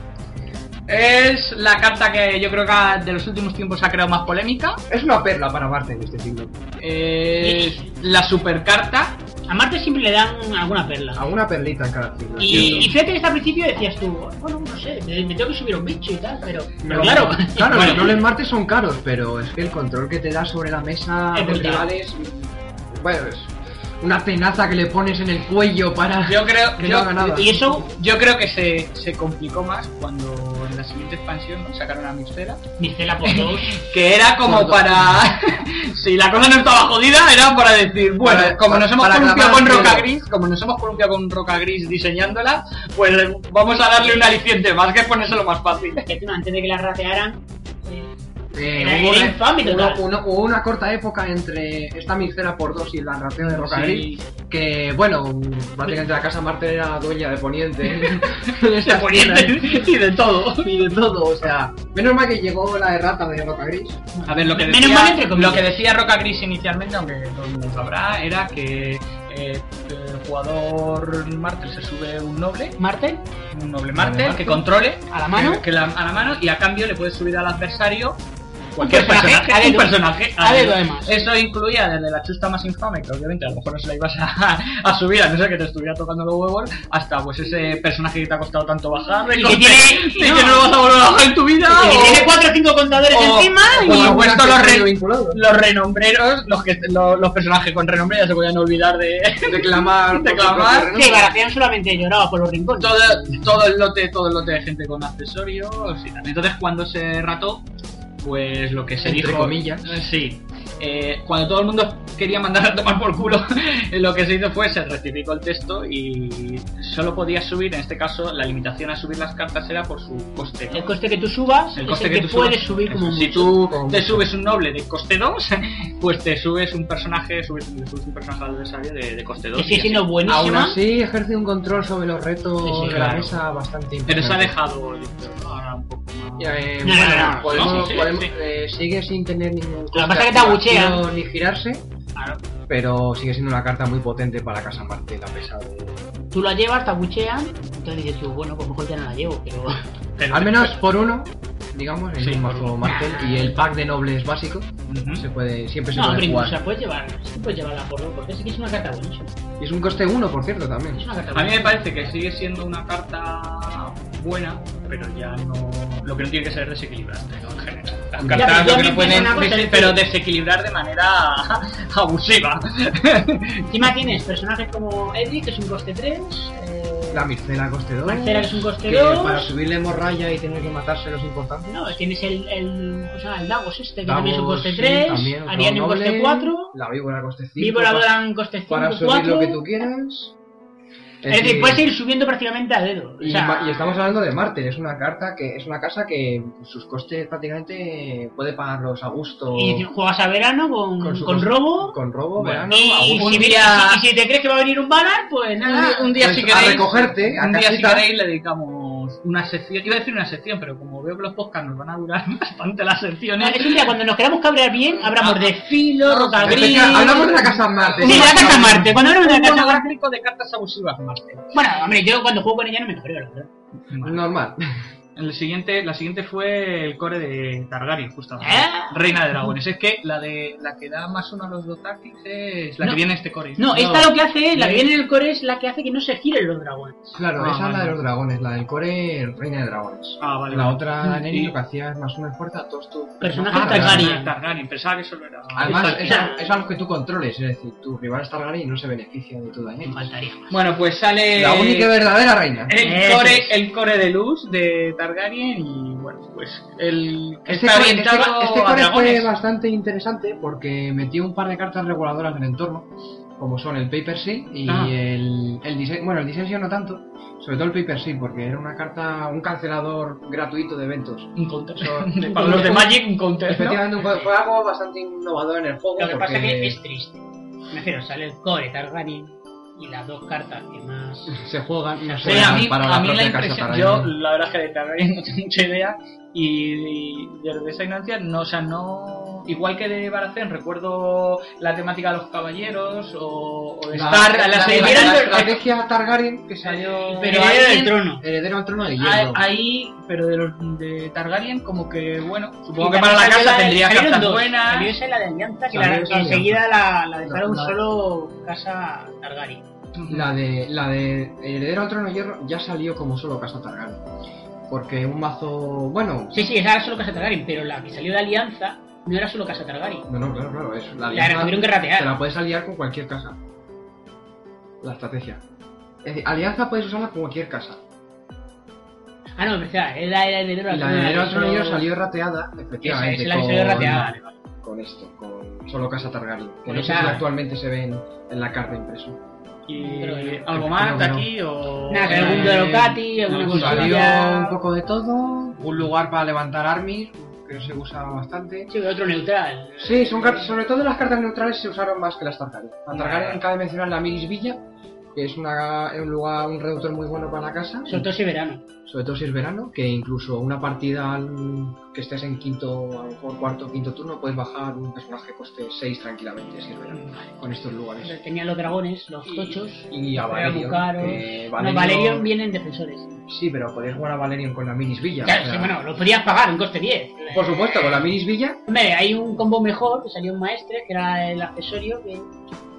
es la carta que yo creo que ha- de los últimos tiempos ha creado más polémica. es una perla para Marte en este siglo. Es la supercarta. A Marte siempre le dan alguna perla. Alguna perlita en cada siglo. Y, y Ah, cierto. fíjate que hasta al principio decías tú, bueno, no sé, me, me tengo que subir a un bicho y tal, pero, pero No, claro, claro, Bueno, los roles Marte son caros, pero es que el control que te da sobre la mesa Es de muy caro. rivales, bueno, es una tenaza que le pones en el cuello para Yo creo, que yo- no haga nada. y eso, Yo creo que se, se complicó más cuando en la siguiente expansión ¿no? sacaron a Mixtera. Micela por dos. Que era como Cuando- para. si la cosa no estaba jodida, era para decir, bueno, Para- como para- nos hemos para columpiado clavar con el Roca pelo. Gris, como nos hemos columpiado con Roca Gris diseñándola, pues vamos a darle un aliciente más que ponérselo más fácil. que encima, antes de que la ratearan, eh, Eh, Era- hubo, era infame hubo- total. uno- hubo una corta época entre esta mixera por dos y la ración de Roca Gris, Sí. que bueno, prácticamente la casa Marte era dueña de Poniente. ¿eh? Se ponía y de todo. y de todo, o sea, menos mal que llegó la errata de Roca Gris. A ver, lo que, Menos decía, mal, entre comillas. lo que decía Roca Gris inicialmente, aunque todo el mundo sabrá, era que eh, el jugador Martel se sube un noble, Marte, un noble Noble Martel, Martel. que controle a la mano, que- que la- a la mano y a cambio le puedes subir al adversario Un personaje, a un dedo. personaje a dedo dedo. además. Eso incluía desde la chusta más infame, que obviamente a lo mejor no se la ibas a, a subir, a no ser que te estuviera tocando los huevos, hasta pues ese personaje que te ha costado tanto bajar, Y que corte, tiene- y no. que no lo vas a volver a bajar en tu vida. Y que o- tiene cuatro o cinco contadores o- encima y Por supuesto, los re- vinculados. los renombreros, los, que, lo- los personajes con renombre ya se podían olvidar de Declamar, Declamar. que Baratheon solamente lloraba por los rincones. Pues todo, todo el lote, todo el lote de gente con accesorios y tal. Entonces cuando se rató, pues lo que se Entre dijo. comillas. eh, Sí. Eh, cuando todo el mundo quería mandar a tomar por culo, lo que se hizo fue se rectificó el texto y solo podía subir, en este caso la limitación a subir las cartas era por su coste. El coste que tú subas El coste es que el tú que, subas. puedes subir como Eso, si mucho. tú Como te mucho. subes un noble de coste 2, pues te subes un personaje, subes, le subes un personaje al adversario de, de coste 2. Que sigue siendo Aún buenísima. así ejerce un control sobre los retos Sí, sí, de la claro. mesa bastante importante. Pero se ha dejado yo creo, ¿no? ahora un poco más. Eh, No, bueno, no, no, podemos- sí, sí, podemos- sí. eh, sigue sin tener ningún coste que pasa de es que te abuchean. activación ni girarse, pero sigue siendo una carta muy potente para Casa Marte, la mesa de- Tú la llevas, te abuchean. Entonces dices tú, bueno, pues mejor ya no la llevo, pero. Pero- Al menos por uno, digamos, en Sí, un por mazo uno. Martel y el pack de nobles básico Ujú. se puede, siempre se ¿Mm? No, puede pero jugar. incluso la puedes llevar, sí puedes llevarla por dos, porque es que es una carta buenísima. Y es un coste uno, por cierto, también. Es una carta A mí me buenísima. parece que sigue siendo una carta buena, pero ya no. Lo que no tiene que ser es desequilibrante, ¿no? En general. Las Ya, pero cartas lo yo que a no mí es pueden. una cosa dese- que- Pero desequilibrar de manera abusiva. Encima tienes personajes como Eddie, que es un coste 3, eh, la Mircela coste 2. Marcela, que es un coste que dos. para subirle morralla y tener que matarse los importantes. No, tienes el, el, o sea, el Lagos este, que también es un Davos, coste sí, 3, también otro Ariane un coste noble, 4, La víbora coste 5. Víbora Blanc coste 5, Para subir 4. lo que tú quieras. Eh, Es decir, puedes ir subiendo prácticamente a dedo. Y, o sea, ma- y estamos hablando de Marte, es una carta que es una casa que sus costes prácticamente puede pagarlos a gusto y juegas a verano con, con, su coste- robo. con robo, Bueno, verano, a y, gusto. si, día- y si te crees que va a venir un balar, pues nada. un día Pues, si queréis, a recogerte, a un día si casita. queréis le dedicamos una sección, iba a decir una sección, pero como veo que los podcasts nos van a durar bastante las No, secciones, es un día cuando nos queramos cabrear bien, hablamos Ah. de filo, Ah, rocagrí. Especial- Hablamos de la casa Marte. Sí, de la casa Marte. Cuando hablamos de la un casa Marte. gráfico de cartas abusivas, Marte. Bueno, hombre, yo cuando juego con ella no me cabreo, la verdad. Normal. El siguiente, la siguiente fue el core de Targaryen, justamente. ¿Eh? Reina de dragones. Es que la de la que da más uno a los dotakis es la No. que viene en este core. No, esta lo que hace es, la que Sí. viene en el core es la que hace que no se giren los dragones. Claro, Ah, esa es la vale. de los dragones, la del core Reina de Dragones. Ah, vale. La vale. otra Sí. la Neni lo que hacía es más una fuerza, todos tus Mm, Personajes Ah, Targaryen. Targaryen. Targaryen, pensaba que solo era. Además, Está- es a, es a los que tú controles, es decir, tus rivales Targaryen no se benefician de tu daño. Faltaría más. Bueno, pues sale. La única y verdadera reina. El Eso core, es. el core de luz de Targaryen y bueno, pues el que Este está core, este orientado core- este a core fue dragones. bastante interesante porque metió un par de cartas reguladoras del entorno, como son el Paper Sea y Ah. el, el Disen- Bueno, el Dissension no tanto, sobre todo el Paper Sea, porque era una carta, un cancelador gratuito de eventos. Un counter. Eso- Para los de Magic, un counter. ¿no? Efectivamente, un juego- fue algo bastante innovador en el juego. Lo que pasa porque que es triste. Me refiero, sale el core Targaryen y las dos cartas que más. se juegan no Sí, se a juegan mí, para a mí la propia casa impresión, para yo ello. la verdad es que de Targaryen no tengo mucha idea y, y desde esa ignorancia no, o sea, no, igual que de Baracen recuerdo la temática de los caballeros o, o de Star, la, la- se la- hubieran- la eh, estrategia Targaryen que salió Pero Heredero del alguien- trono. heredero al trono de ahí- hierro. ahí, pero de, los, de Targaryen como que bueno, Y supongo que para la salió casa de- tendría salieron cartas dos. buenas. Salió esa y la de Alianza, que, la, Salió que esa de enseguida la, la dejaron No, no. solo casa Targaryen. La de, la de Heredero al Trono de Hierro ya salió como solo Casa Targaryen. Porque un mazo. Bueno. Sí, sí, esa era solo casa Targaryen, pero la que salió de Alianza no era solo casa Targaryen. No, no, claro, claro. Es la La tuvieron que ratear. Te la puedes aliar con cualquier casa. La estrategia. Es decir, alianza puedes usarla con cualquier casa. Ah, no, pero espera, es la era de Y la de Heredero al Trono de Hierro salió rateada, efectivamente. Esa es la que salió rateada. vale, vale. Con esto, con solo Casa Targaryen. Que Con no sé si esa- actualmente se ven en la carta impreso. Y Creo que no. algo Creo más que de no. aquí o Nada, que Eh, algún Dorocati, alguna algún Salió cosilla. un poco de todo. Un lugar para levantar armies, que se usa bastante. Sí, otro neutral. Sí, son cartas, sobre todo las cartas neutrales se usaron más que las Targaryen. La Targaryen cabe mencionar la Miris Villa, que es una, un lugar, un reductor muy bueno para la casa, Sobre todo ese verano. sobre todo si es verano, que incluso una partida al- que estés en quinto, a lo mejor cuarto, quinto turno, puedes bajar un personaje coste 6 tranquilamente si es verano, con estos lugares. Tenía los dragones, los tochos. Y a Era Valerion, Bucaro. que No, Valerion vienen defensores. Sí, pero podías jugar a Valerion con la Miris Villa. Claro, o sea, sí, bueno, lo podías pagar, un coste 10. Por supuesto, con la Miris Villa. Hombre, hay un combo mejor que salió un maestre, que era el accesorio que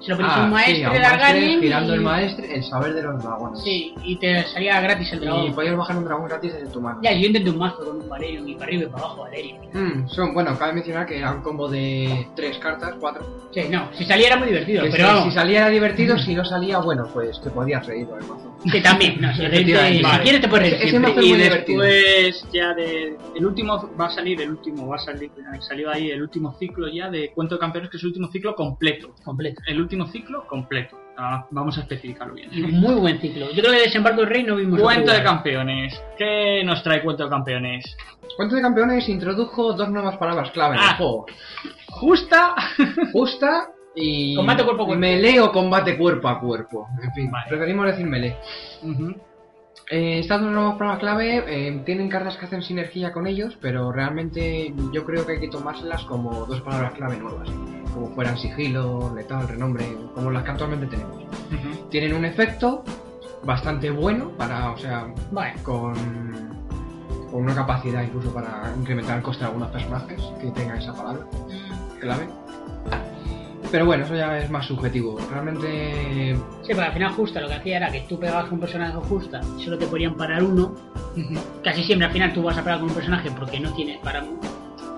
se lo ponías a Ah, un sí, maestre a un de Targaryen. girando y- el maestre, el saber de los dragones. Sí, y te salía gratis el Y dragón. podías bajar un dragón gratis desde tu mano. Ya, yo intenté un mazo con un Valerion y para arriba y para abajo Valerion. Mm, son, bueno, cabe mencionar que era un combo de tres cartas, cuatro. Sí, no, si salía era muy divertido, Que pero si, si vamos, salía era divertido, si no salía, bueno, pues te podías reír con el mazo. que también, no, si, Efectivamente. reírte- si Vale. quieres te puedes Ese- reír ese siempre. mazo y muy divertido. después ya de el último va a salir el último va a salir salió ahí el último ciclo ya de cuento de campeones que es el último ciclo completo completo. el último ciclo completo Ah, vamos a especificarlo Y bien Muy buen ciclo. Yo creo que Desembarco del Rey no vimos. cuento de otro igual. campeones qué nos trae cuento de campeones Cuento de Campeones introdujo dos nuevas palabras clave en el Ah. juego. justa Justa y... Combate cuerpo a cuerpo. Melee o combate cuerpo a cuerpo. En fin, Vale. preferimos decir melee. Ujú. Eh, estas dos nuevas palabras clave eh, tienen cartas que hacen sinergia con ellos, pero realmente yo creo que hay que tomárselas como dos palabras clave nuevas. Como fueran sigilo, letal, renombre, como las que actualmente tenemos. Ujú. tienen un efecto bastante bueno para, o sea, Vale. con, con una capacidad incluso para incrementar el coste de algunos personajes que tengan esa palabra clave. Pero bueno, eso ya es más subjetivo. Realmente, Sí, porque al final justa lo que hacía era que tú pegabas con un personaje justa y solo te podían parar uno. Casi siempre al final tú vas a pegar con un personaje porque no tienes para...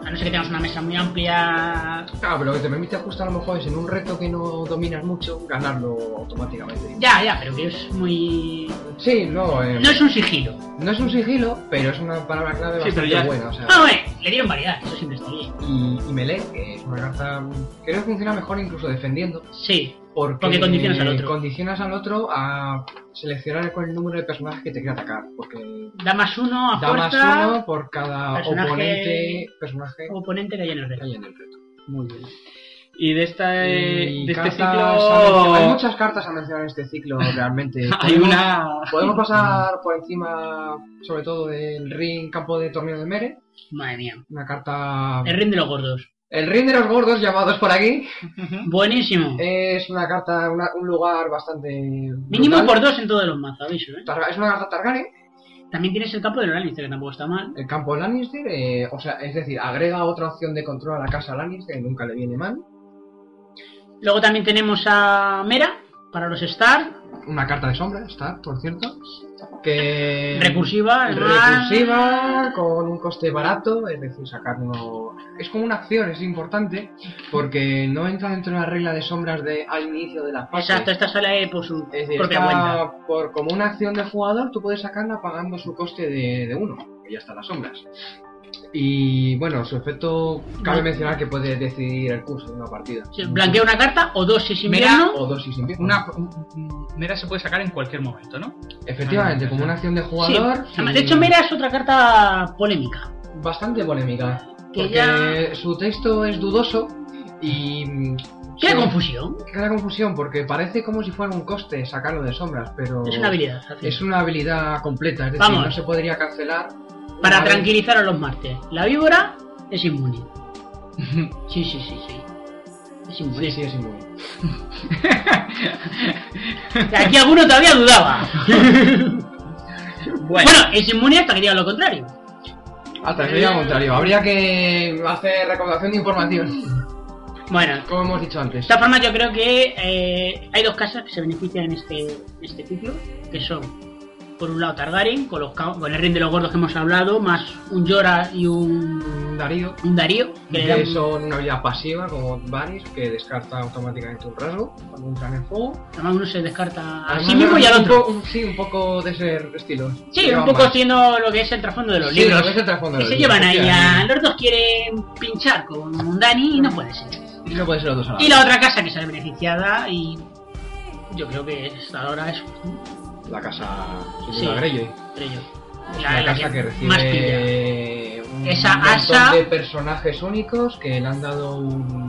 A no ser que tengas una mesa muy amplia. Claro, pero lo que te permite justo a lo mejor es en un reto que no dominas mucho, ganarlo automáticamente. Ya, ya, pero que es muy. Sí, no, eh, No es un sigilo. no es un sigilo, pero es una palabra clave Sí, pero bastante ya- buena. O sea, Ah, hombre, le dieron variedad, eso siempre está bien. y, y melee, que es una carta mm, creo que funciona mejor incluso defendiendo, Sí, porque, Porque condicionas al eh, otro. condicionas al otro a seleccionar con el número de personajes que te quiere atacar, porque da más uno a da más fuerza uno por cada personaje- oponente, personaje oponente que haya en el que reto. hay en el reto. Muy bien. Y de esta eh, Y de este cartas a mencionar- Hay ciclo muchas cartas a mencionar en este ciclo realmente. Ah, hay Podemos- una Podemos pasar por encima, sobre todo, del ring campo de torneo de Mere. Madre mía. Una carta. El ring de los gordos. El ring de los gordos, llamados por aquí. Buenísimo. Eh, Es una carta, una- un lugar bastante. Mínimo brutal. por dos en todos los mazos, aviso, ¿eh? Targa- Es una carta Targaryen, También tienes el campo de Lannister, que tampoco está mal. el campo Lannister, eh, o sea, es decir, agrega otra opción de control a la casa Lannister, que nunca le viene mal. Luego también tenemos a Mera, para los Star. Una carta de sombra, está, por cierto. Que. Recursiva, además. recursiva, con un coste barato, es decir, sacarlo... Es como una acción, es importante, porque no entra dentro de la regla de sombras de al inicio de la fase. Exacto, esta sale por su Es decir, propia está cuenta. por, como una acción de jugador, tú puedes sacarla pagando su coste de, de uno, que ya están las sombras. Y bueno, su efecto, cabe Blan- mencionar que puede decidir el curso de una partida. Sí, Blanquea una carta o dos si es Mera invierno. O dos y sin pie. una un- mera se puede sacar en cualquier momento, ¿no? Ah, Efectivamente, como una acción de Sí, jugador. además, y- De hecho, Mera es otra carta polémica. bastante polémica. Que Porque ya- su texto es dudoso y. mm, Queda sí, confusión. crea confusión porque parece como si fuera un coste sacarlo de sombras, pero. Es una habilidad. al fin. Oh, es una habilidad completa, es decir, Vamos. no se podría cancelar. Para una vez- tranquilizar a los martes. La víbora es inmune. Sí, sí, sí, sí. Es inmune. Sí, sí, es inmune. Aquí alguno todavía dudaba. Bueno, Bueno, es inmune hasta que diga lo contrario. Hasta que diga lo contrario, habría que hacer recaudación de información, Bueno, como hemos dicho antes. De esta forma yo creo que eh, hay dos casas que se benefician en este, en este ciclo, que son, por un lado, Targaryen, con, los, ca- con el ring de los gordos que hemos hablado, más un Yora y un, Darío, un Darío, que le dan- que son una habilidad pasiva como Varys, que descarta automáticamente un rasgo cuando entran en fuego. además uno se descarta a Además, sí mismo y al un otro. poco- un- sí, un poco de ese estilo. Sí, Llevan un poco más. siendo lo que es el trasfondo de los Sí, libros. lo que es el trasfondo de los Que se libros, llevan ahí a... efectivamente. Los dos quieren pinchar con un Dani y no puede ser. Y no puede ser los dos a la Y vez. la otra casa que sale beneficiada y... Yo creo que hasta ahora es La casa Sí. señora Greyjoy. Trello. Es una ¿eh? casa que más pilla. recibe un Esa montón asa- de personajes únicos que le han dado un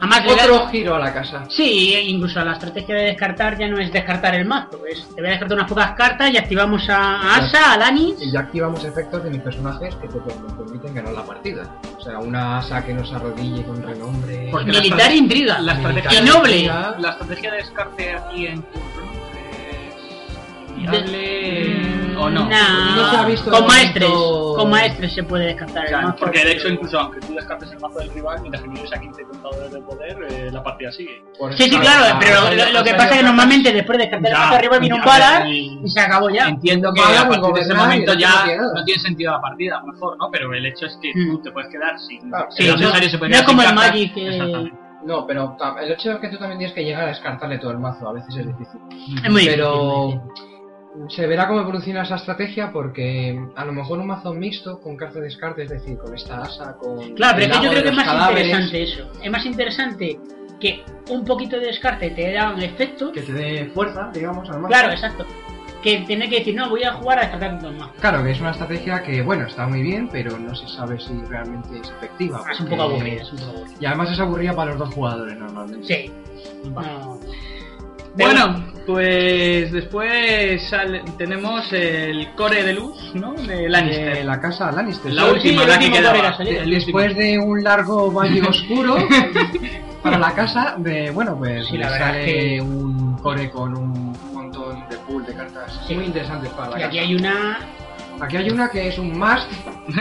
Además, le da- otro giro a la casa. Sí, incluso la estrategia de descartar ya no es descartar el mazo, es te voy a descartar unas pocas cartas y activamos a Asa, a Lani. Y ya activamos efectos de mis personajes que te per- permiten ganar la partida. O sea, una asa que nos arrodille con renombre. Porque la Militar estrategia- intriga. la estrategia Y noble. la estrategia de descarte aquí en curso es De- viable eh, o Mm, no. Nah. No se ha visto de momento- con maestres, con maestres se puede descartar O el sea, mazo. porque de hecho incluso aunque tú descartes el mazo del rival, mientras que tienes a 15 contadores de poder, eh, la partida sigue. Por Sí, sí, esa- Ah, claro, pero esa- lo, lo que esa- pasa es que normalmente después de descartar el mazo arriba viene un ya, Valar y- y se acabó ya. Entiendo que Vale, a partir pues, de ese gobernad y momento no ya tiene nada. no tiene sentido la partida, a lo mejor, ¿no? Pero el hecho es que Mm. tú te puedes quedar sin. Claro, sin Sí, lo no, necesario, se no podría es como el descartar. Magic que Exactamente. No, pero ta- el hecho es que tú también tienes que llegar a descartarle todo el mazo, a veces es difícil. es muy difícil. pero se verá cómo evoluciona esa estrategia porque a lo mejor un mazo mixto con carta de descarte, es decir, con esta asa, con... Claro, pero el es que yo lago creo de que es los más cadáveres, interesante eso. Es más interesante que un poquito de descarte te da un efecto. Que te dé fuerza, digamos, al mazo. Claro, exacto. Que tener que decir, no, voy a jugar a descartar todo el mazo. Claro, que es una estrategia que, bueno, está muy bien, pero no se sabe si realmente es efectiva. Es un porque- poco aburrida, es un poco aburrida. Y además es aburrida para los dos jugadores normalmente. Sí. No. Bueno, pues después sale- tenemos el core de luz, ¿no? De Lannister. De la casa Lannister. La Sí, última, el la que último quedaba. core era salir, El Después de un largo valle oscuro para la casa, de bueno, pues Sí, la le verdad sale es que- un core con un montón de pool de cartas Sí. muy interesantes para la Y casa. aquí hay una. Aquí hay una que es un must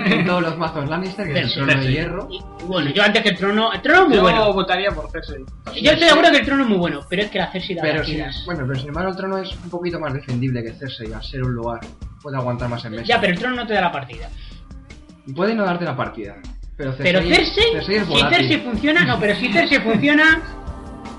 en todos los mazos Lannister, que es el Cersei. trono de Cersei. hierro. y- Bueno, yo antes que el trono. El trono es muy Yo bueno. votaría por Cersei. Yo estoy seguro que el trono es muy bueno, pero es que la Cersei da Pero sí, partidas. bueno, pero sin embargo el trono es un poquito más defendible que Cersei, al ser un lugar. Puede aguantar más en mesa. Ya, pero el trono no te da la partida. Puede no darte la partida. Pero Cersei, Pero Cersei, Cersei es si volátil. Cersei funciona, no, pero si Cersei funciona,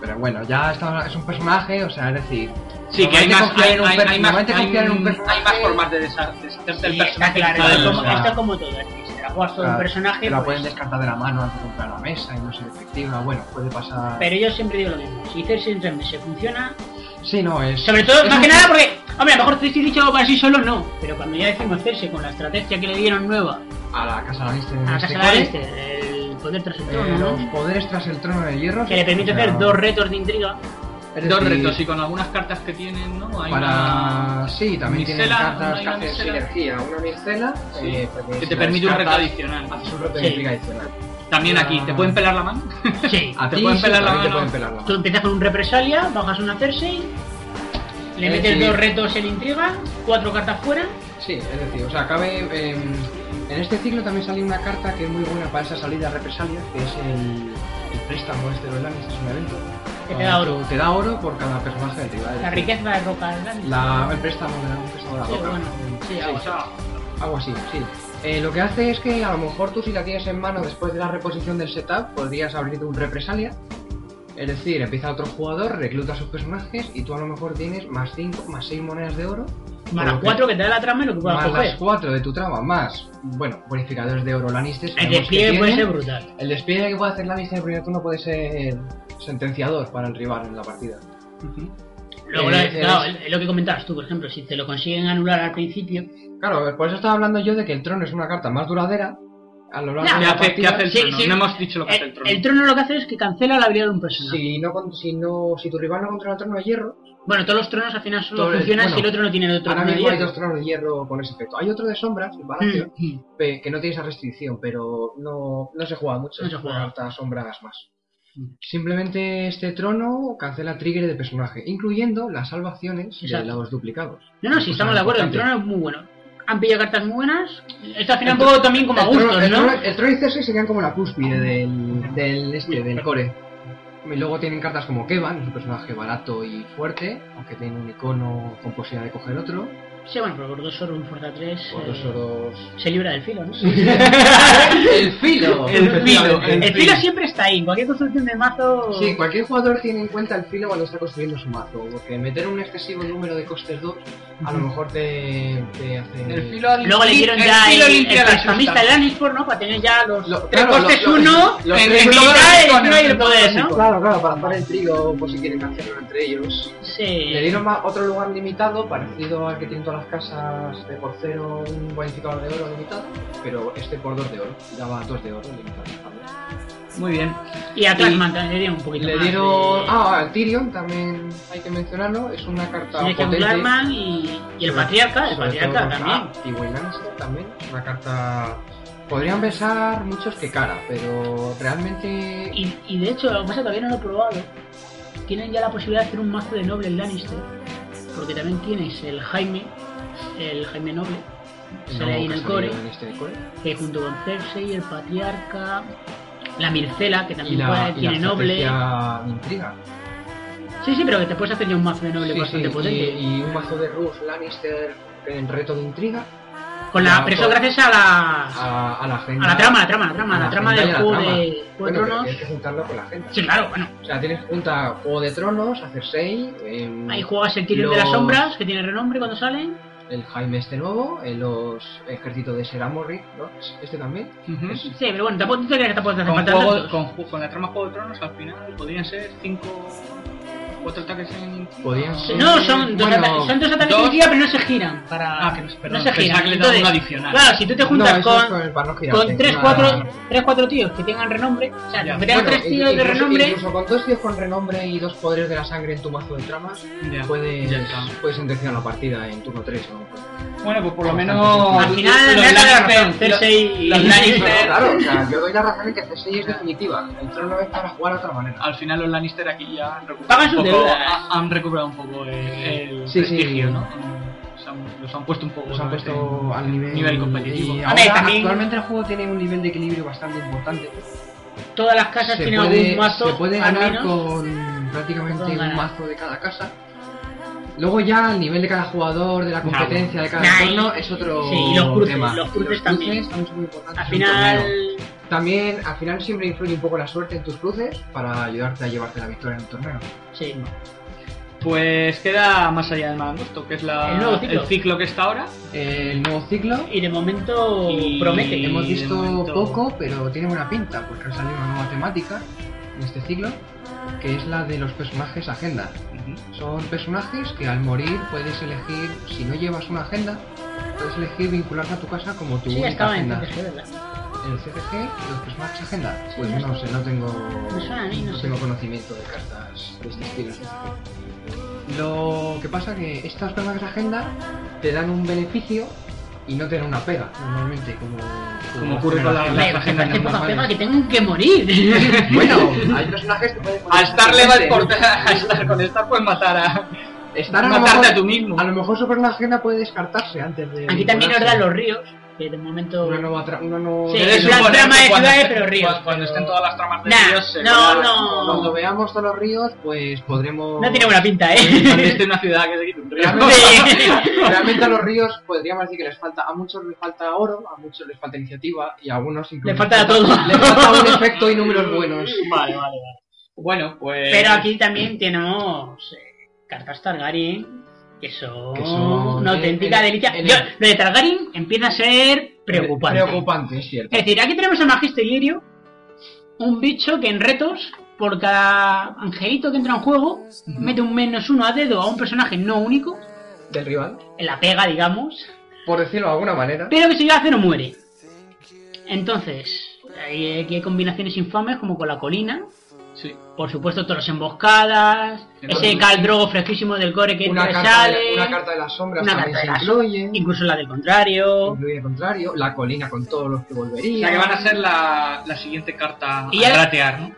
Pero bueno, ya está- es un personaje, o sea, es decir. Sí, que normalmente hay más, confiar hay, en un hay- per- hay más, normalmente hay- confiar en un personaje- hay más formas de desa- deshacerte del sí, está personaje. claro, que esto tal, del- es como, o sea, esto es como todo, es que si te la juegas todo Claro, un personaje, te la pues- pueden descartar de la mano antes de comprar la mesa y no ser efectiva. Bueno, puede pasar. pero yo siempre digo lo mismo, si Cersei en tres meses funciona, Sí, no, es. sobre todo, es más un- que nada porque, hombre, a lo mejor Cersei dicho para sí solo no, pero cuando ya decimos Cersei con la estrategia que le dieron nueva A la casa Lannister. en a la este Casa caso, Lannister, el poder tras el eh, Ah. trono, los ¿no? poderes tras el trono de hierro. que le permite o sea, hacer dos retos de intriga, es dos decir, retos y con algunas cartas que tienen, ¿no? Hay una- Para. Sí, también tienen Mixela, cartas una que hacen mixela. sinergia. Una mixela Sí. eh, pues, que si te la permite un reto descartas, adicional. Haces un reto Sí. de intriga adicional. También aquí, ¿te pueden pelar la mano? sí, A Te ti pueden sí, pelar la también te mano. pueden pelar la mano. tú empiezas con un represalia, bajas una Cersei, le Eh, metes sí. dos retos en intriga, cuatro cartas fuera, Sí, es decir, o sea, cabe. eh, en este ciclo también sale una carta que es muy buena para esa salida represalia, que es el, el préstamo este de los Lannister, es un evento. Ah, Que te da oro. Te da oro por cada personaje del rival. la riqueza de roca Atlantis. La, el préstamo de la, un préstamo de la Sí, roca. bueno, sí, algo así. Algo así, sí. Eh, lo que hace es que a lo mejor tú si la tienes en mano después de la reposición del setup podrías abrir un represalia. Es decir, empieza otro jugador, recluta a sus personajes y tú a lo mejor tienes más 5, más 6 monedas de oro. Más las Porque- cuatro que te da la trama y lo que puedas más coger. las 4 de tu trama, más, bueno, bonificadores de oro Lannister. El sabemos que despliegue puede tiene. ser brutal. El despliegue que puede hacer Lannister en primer turno puede ser sentenciador para el rival en la partida. Luego, Eh, lo- claro, es- es lo que comentabas tú, por ejemplo, si te lo consiguen anular al principio, Claro, por eso estaba hablando yo de que el trono es una carta más duradera a lo largo Nah, de ¿Qué la hace, qué partida. hace el Sí, trono? sí. No hemos dicho lo que hace el el, trono. Eh, el trono lo que hace es que cancela la habilidad de un personaje. Si no, con- si no, si tu rival no controla el trono de hierro, Bueno, todos los tronos al final solo Todo el- funcionan bueno, si el otro no tiene el otro ahora trono mismo hay de dos tronos de hierro con ese efecto. Hay otro de sombras, el hierro. palacio, Mm, mm. pe- que no tiene esa restricción, pero no, no se juega mucho. No se es juega. una carta sombras más. Mm. Simplemente este trono cancela trigger de personaje, incluyendo las salvaciones Exacto. de los duplicados. No, no, si Cosa estamos de acuerdo, el Pues importante. trono es muy bueno. Han pillado cartas muy buenas. Esto al final El un poco trono- también como a el trono- gustos, el ¿no? Ah. trono- El trono y Cersei serían como la cúspide del, del, este, del core. Y luego tienen cartas como Kevan, es un personaje barato y fuerte, aunque tiene un icono con posibilidad de coger otro. Sí, bueno, pero por dos oros, un fuerza tres. Por eh, dos oros. Se libra del filo, ¿no? El filo. El filo, el filo siempre está ahí, en cualquier construcción de mazo. Sí, cualquier jugador tiene en cuenta el filo cuando está construyendo su mazo, porque meter un excesivo número de costes 2 a lo mejor te, te hace... El filo Luego le dieron el ya el, filo el, limpia la prestamista chusta. de Lannisport, ¿no? Para tener ya los Lo- tres claro, costes lo- lo- uno, los en tres en costes mitad, el con uno y el el poder, ¿no? Claro, claro, para hacer el trigo, por si quieren cancelarlo entre ellos. Le Sí. dieron ma- otro lugar limitado, parecido al que tienen todas las casas de por cero, un bonificador de oro limitado, pero este por dos de oro, daba dos de oro limitado. también. Muy bien. Y a Clashman Y- también le dieron un poquito Le más. dieron. de- Ah, al Tyrion también hay que mencionarlo, es una carta Tiene que un potente. pues, Clashman y, y el Sobre- patriarca, el sobre patriarca todo con- Ah, también. ah, y Wayne Lannister también, es una carta. Podrían besar muchos que cara, pero realmente. Y, y de hecho, lo que pasa es que todavía no lo he probado. Tienen ya la posibilidad de hacer un mazo de nobles Lannister. Porque también tienes el Jaime, el Jaime Noble, sale ahí en el Castillo core, en este core. que junto con Cersei, el Patriarca, la Mircela, que Y también la, puede- y la tiene noble. estrategia de intriga. Sí, sí, pero que te puedes hacer ya un mazo de noble Sí, bastante sí, potente. Y, y un mazo de Rus Lannister en reto de intriga Con la, Ya, pero eso por- gracias a la, a, a la agenda. a la trama, a la trama, a la trama, a a la la trama agenda del y a la juego trama. de Juego de Bueno, pero Tronos. tienes que juntarlo con la agenda. Sí, claro, bueno. O sea, tienes que juntar Juego de Tronos, a Cersei, em, Ahí juegas el Tyrion Los- de las Sombras, que tiene renombre cuando salen. el Jaime este nuevo, eh, los ejércitos de Seramorri, ¿no? Este también. Ujú. Sí, pero bueno, tampoco te creas que tampoco te hace Con, falta juego- tantos. con ju- con la trama Juego de Tronos al final podrían ser cinco cuatro ataques en Podrían ser- No, son dos, Bueno, ata- son dos ataques dos- de intriga, pero no se giran. Para... Ah, que no, perdón, no se pensaba giran. que le Entonces, daban un adicional. Claro, si tú te No, juntas eso es con, el Barón Gigante, con tres, encima- cuatro, tres, cuatro tíos que tengan renombre, o sea, Ya. que tengan Bueno, tres tíos de incluso- renombre, Incluso con dos tíos con renombre y dos poderes de la sangre en tu mazo de tramas, Ya, puedes, ya está. puedes sentenciar la partida en turno 3 o Bueno, pues por lo Bastante menos. sencillo. al final los me da la Lannister- razón. Cersei y los y- Lannister- Pero claro, o sea, yo doy la razón en que C6 es definitiva. El trono es para jugar de otra manera. Al final los Lannister aquí ya han recuperado Pagan un sus poco, deudas. ha- han recuperado un poco el, el Sí, sí. prestigio, ¿no? Se han- los han puesto un poco Los han otra vez puesto en- al nivel, Pues nivel competitivo. y A ver, ahora, también- Actualmente el juego tiene un nivel de equilibrio bastante importante. todas las casas Se tienen puede, algún mazo, se puede al ganar menos. con prácticamente Pueden un ganar. mazo de cada casa. Luego ya el nivel de cada jugador, de la competencia de cada Nah, y- entorno es otro sí, y los cruces, tema. los cruces también. también son muy importantes Al en un torneo. final, También al final siempre influye un poco la suerte en tus cruces para ayudarte a llevarte la victoria en un torneo. Sí. Pues queda más allá del Marangosto, que es la, El nuevo ciclo. que está ahora. El nuevo ciclo Y de momento Y- promete. hemos visto de momento- poco, pero tiene buena pinta porque ha salido una nueva temática en este ciclo que es la de los personajes agenda. Son personajes que al morir puedes elegir, si no llevas una agenda, puedes elegir vincularse a tu casa como tu Sí, única estaba en agenda. TCG, ¿verdad? el CCG, los personajes agenda. Sí, Pues no no sé, no tengo, Me suena a mí, no sé. tengo conocimiento de cartas de este estilo. CCG. Lo que pasa que estas personajes agenda te dan un beneficio y no te dan una pega, normalmente, como, Como ocurre con la- las Me personas me parece poca normales. pega que tengo que morir. Bueno, hay personajes que pueden... A pues estar le va a importar- a estar con esta pues matar a Estar a lo matarte mejor- a tú mismo. A lo mejor su personaje agenda puede descartarse antes de... Aquí también nos vincularse. dan los ríos, que de momento. Una nueva tra- una nueva- Sí, Debes en plan suponer trama que de cuando- ciudades, pero ríos, Cuando, cuando pero- estén todas las tramas de Nah, ríos, se no, verá. no. Cuando veamos todos los ríos, pues podremos... No tiene buena pinta, Cuando ¿eh? esté una ciudad que se quite un río. Sí. Realmente a los ríos podríamos decir que les falta, a muchos les falta oro, a muchos les falta iniciativa y a algunos incluso. Le falta de todo. Les falta un efecto y números buenos. Vale, vale, vale. Bueno, pues. Pero aquí también tenemos eh, cartas Targaryen, que son, Que son- una auténtica en- en- delicia. en- Yo, lo de Targaryen empieza a ser preocupante. Preocupante, es cierto. Es decir, aquí tenemos a Magister Lirio, un bicho que en retos, por cada angelito que entra en juego, mete un menos uno a dedo a un personaje no único, Del rival. en la pega, digamos, Por decirlo de alguna manera. pero que si lo hace no muere. Entonces, hay, aquí hay combinaciones infames como con la colina, Sí. por supuesto todas las emboscadas, Enorme. ese caldrogo fresquísimo del core que Una entra y carta, sale, de, una carta de las sombras una también carta se de las- incluye. incluso la del contrario. Incluye el contrario. La colina con todos los que O sea volverían. que van a ser la, la siguiente carta Y a ya- ratear, ¿no?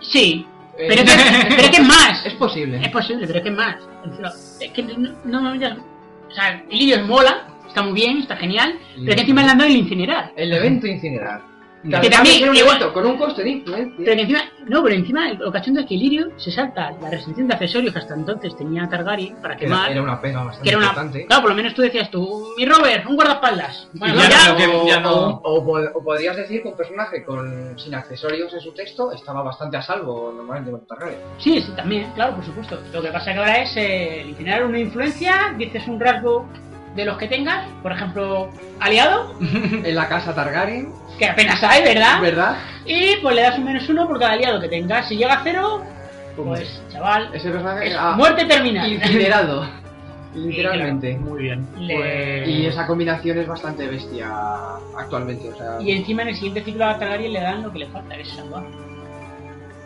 Sí, Eh, pero es que, pero es, que es más. es posible. Es posible, pero es que es más. Es que no, no- ya- o sea, el Ilios mola, está muy bien, está genial, pero es que encima le han dado el incinerar. El evento incinerar. Que también, ser un igual- evento con un coste de influencia. Pero que encima, no, pero encima el ocasión es que Lirio se salta la restricción de accesorios que hasta entonces tenía Targaryen para Que Era, quemar. era una pega bastante que era una. importante. Claro, por lo menos tú decías tú, mi Robert, un guardaespaldas. Bueno, ya ya- no lo que- ya no- o, o- o podrías decir que un personaje con, sin accesorios en su texto estaba bastante a salvo normalmente con Targaryen. Sí, sí, también, claro, por supuesto. Lo que pasa que ahora es eh, el incinerar una influencia, dices un rasgo de los que tengas, por ejemplo, aliado, En la casa Targaryen, que apenas hay, ¿verdad? ¿verdad? Y pues le das un menos uno por cada aliado que tengas. Si llega a cero, Pum. pues chaval, Ese personaje es ah, muerte terminal. incinerado. Literalmente. Muy bien. Pues, Le- Y esa combinación es bastante bestia actualmente. O sea, Y encima en el siguiente ciclo a Targaryen le dan lo que le falta, que es salvar.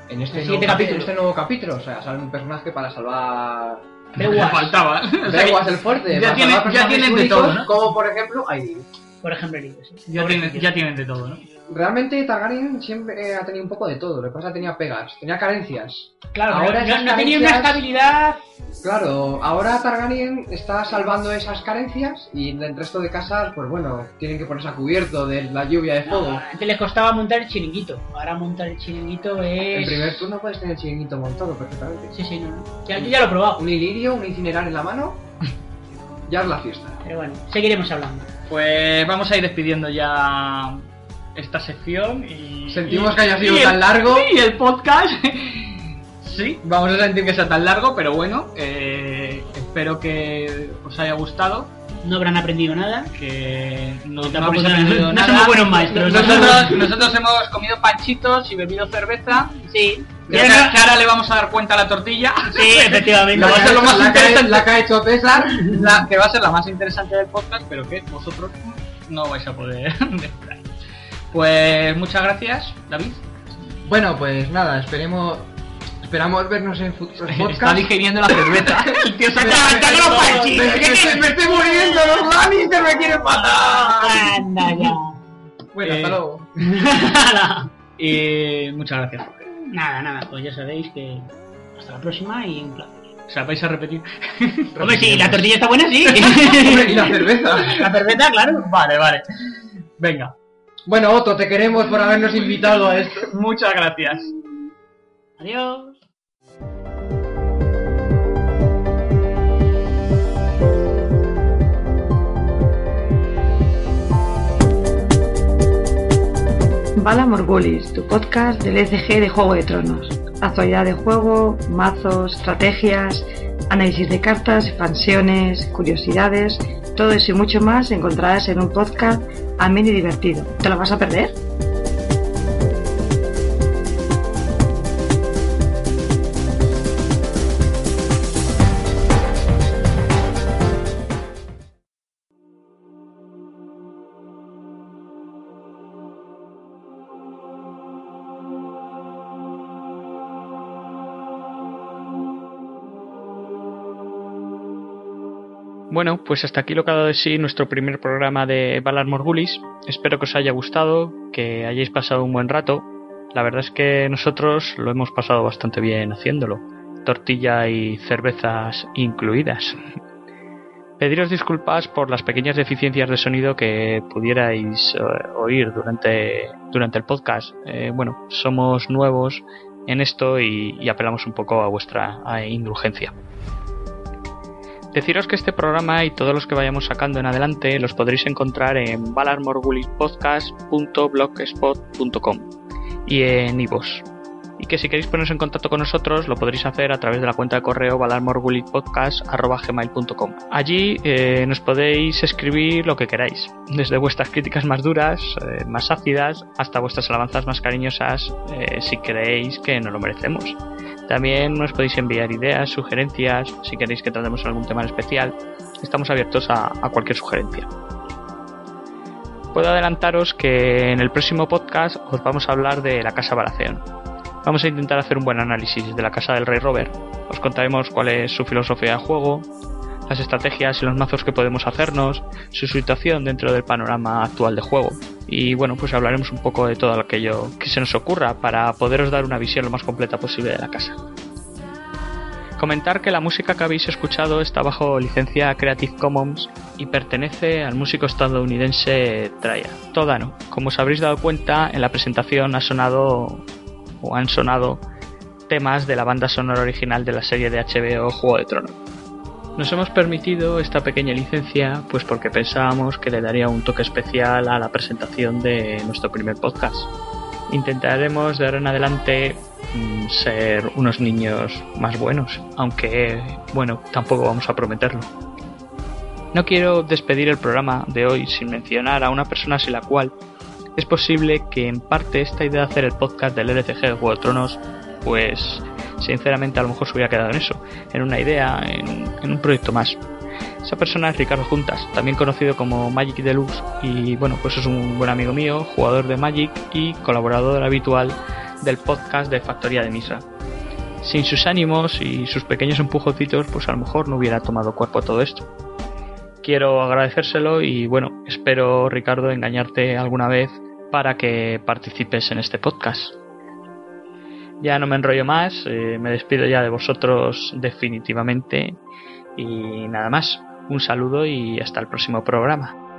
en este, el nuevo siguiente capítulo, capítulo. en este nuevo capítulo, o sea, sale un personaje para salvar. Me Beowulf, faltaba. Leguas el fuerte. ya para tiene- salvar ya personajes tienen de únicos, todo, ¿no? Como por ejemplo, Aeryn. por ejemplo, el Ilios, sí. Ya tienen, ya tienen de todo, ¿no? Realmente Targaryen siempre eh, ha tenido un poco de todo. Lo que pasa es que tenía pegas, tenía carencias. Claro, pero Ahora no, esas no tenía una carencias- estabilidad. Claro, ahora Targaryen está salvando esas carencias y el resto de casas, pues bueno, tienen que ponerse a cubierto de la lluvia de fuego. Antes les costaba montar el chiringuito. Ahora montar el chiringuito es. En primer turno puedes tener el chiringuito montado perfectamente. Sí, sí, no, no. Ya, yo ya lo he probado. Un ilirio, un incinerar en la mano, ya es la fiesta. Pero bueno, seguiremos hablando. Pues vamos a ir despidiendo ya esta sección y. Sentimos y- que haya sido y el- tan largo. Y el podcast. sí, vamos a sentir que sea tan largo, pero bueno, eh, espero que os haya gustado. No habrán aprendido nada. Que no, no Tampoco habéis no- aprendido no nada. somos buenos maestros. Nosotros, nosotros hemos comido panchitos y bebido cerveza. Sí. Pero que, que ahora le vamos a dar cuenta a la tortilla. Sí, efectivamente. La que va a ser lo ha- más la que ha- interesante. la que ha hecho César. La- que va a ser la más interesante del podcast, pero que vosotros no vais a poder descubrir. Pues muchas gracias, David. Bueno, pues nada, esperemos. Esperamos vernos en futuros Está podcasts. digiriendo la cerveza. El tío se acaba de Está con los panchitos, Me- me- me estoy muriendo, los Lannister me quieren matar. Anda ya. Bueno, hasta Eh, luego. Y muchas gracias. Jorge. nada, nada. Pues ya sabéis que. Hasta la próxima y un placer. O sea, vais a repetir. Hombre, sí, la tortilla está buena, sí. Hombre, y la cerveza. la cerveza, claro. Vale, vale. Venga, Bueno, Otto, te queremos por habernos invitado a esto. muchas gracias. Adiós. Bala Morgulis, tu podcast del ECG de Juego de Tronos. Actualidad de juego, mazos, estrategias, análisis de cartas, expansiones, curiosidades, todo eso y mucho más encontrarás en un podcast ameno y divertido. ¿Te lo vas a perder? Bueno, pues hasta aquí lo que ha dado de sí nuestro primer programa de Valar Morgulis. Espero que os haya gustado, que hayáis pasado un buen rato. La verdad es que nosotros lo hemos pasado bastante bien haciéndolo, tortilla y cervezas incluidas. Pediros disculpas por las pequeñas deficiencias de sonido que pudierais eh, oír durante, durante el podcast. Eh, bueno, somos nuevos en esto y, y apelamos un poco a vuestra eh, indulgencia. Deciros que este programa y todos los que vayamos sacando en adelante los podréis encontrar en balarmorgulispodcast.blogspot.com y en iVoox. y que si queréis poneros en contacto con nosotros lo podréis hacer a través de la cuenta de correo balarmorgulispodcast.gmail.com Allí eh, nos podéis escribir lo que queráis, desde vuestras críticas más duras, eh, más ácidas, hasta vuestras alabanzas más cariñosas, eh, si creéis que no lo merecemos. También nos podéis enviar ideas, sugerencias, si queréis que tratemos algún tema en especial. Estamos abiertos a, a cualquier sugerencia. Puedo adelantaros que en el próximo podcast os vamos a hablar de la Casa Baratheon. Vamos a intentar hacer un buen análisis de la Casa del Rey Robert. Os contaremos cuál es su filosofía de juego, las estrategias y los mazos que podemos hacernos, su situación dentro del panorama actual de juego. Y bueno, pues hablaremos un poco de todo aquello que se nos ocurra para poderos dar una visión lo más completa posible de la casa. Comentar que la música que habéis escuchado está bajo licencia Creative Commons y pertenece al músico estadounidense Traya. Todano. Como os habréis dado cuenta, en la presentación ha sonado o han sonado temas de la banda sonora original de la serie de HBO Juego de Tronos. Nos hemos permitido esta pequeña licencia pues porque pensábamos que le daría un toque especial a la presentación de nuestro primer podcast. Intentaremos de ahora en adelante mm, ser unos niños más buenos, aunque bueno, tampoco vamos a prometerlo. No quiero despedir el programa de hoy sin mencionar a una persona sin la cual es posible que en parte esta idea de hacer el podcast del LCG de Juego de Tronos pues sinceramente a lo mejor se hubiera quedado en eso, en una idea, en un, en un proyecto más. Esa persona es Ricardo Juntas, también conocido como Magic Deluxe, y bueno, pues es un buen amigo mío, jugador de Magic y colaborador habitual del podcast de Factoría de Misa. Sin sus ánimos y sus pequeños empujocitos, pues a lo mejor no hubiera tomado cuerpo todo esto. Quiero agradecérselo y bueno, espero Ricardo engañarte alguna vez para que participes en este podcast. Ya no me enrollo más, eh, me despido ya de vosotros definitivamente y nada más. Un saludo y hasta el próximo programa.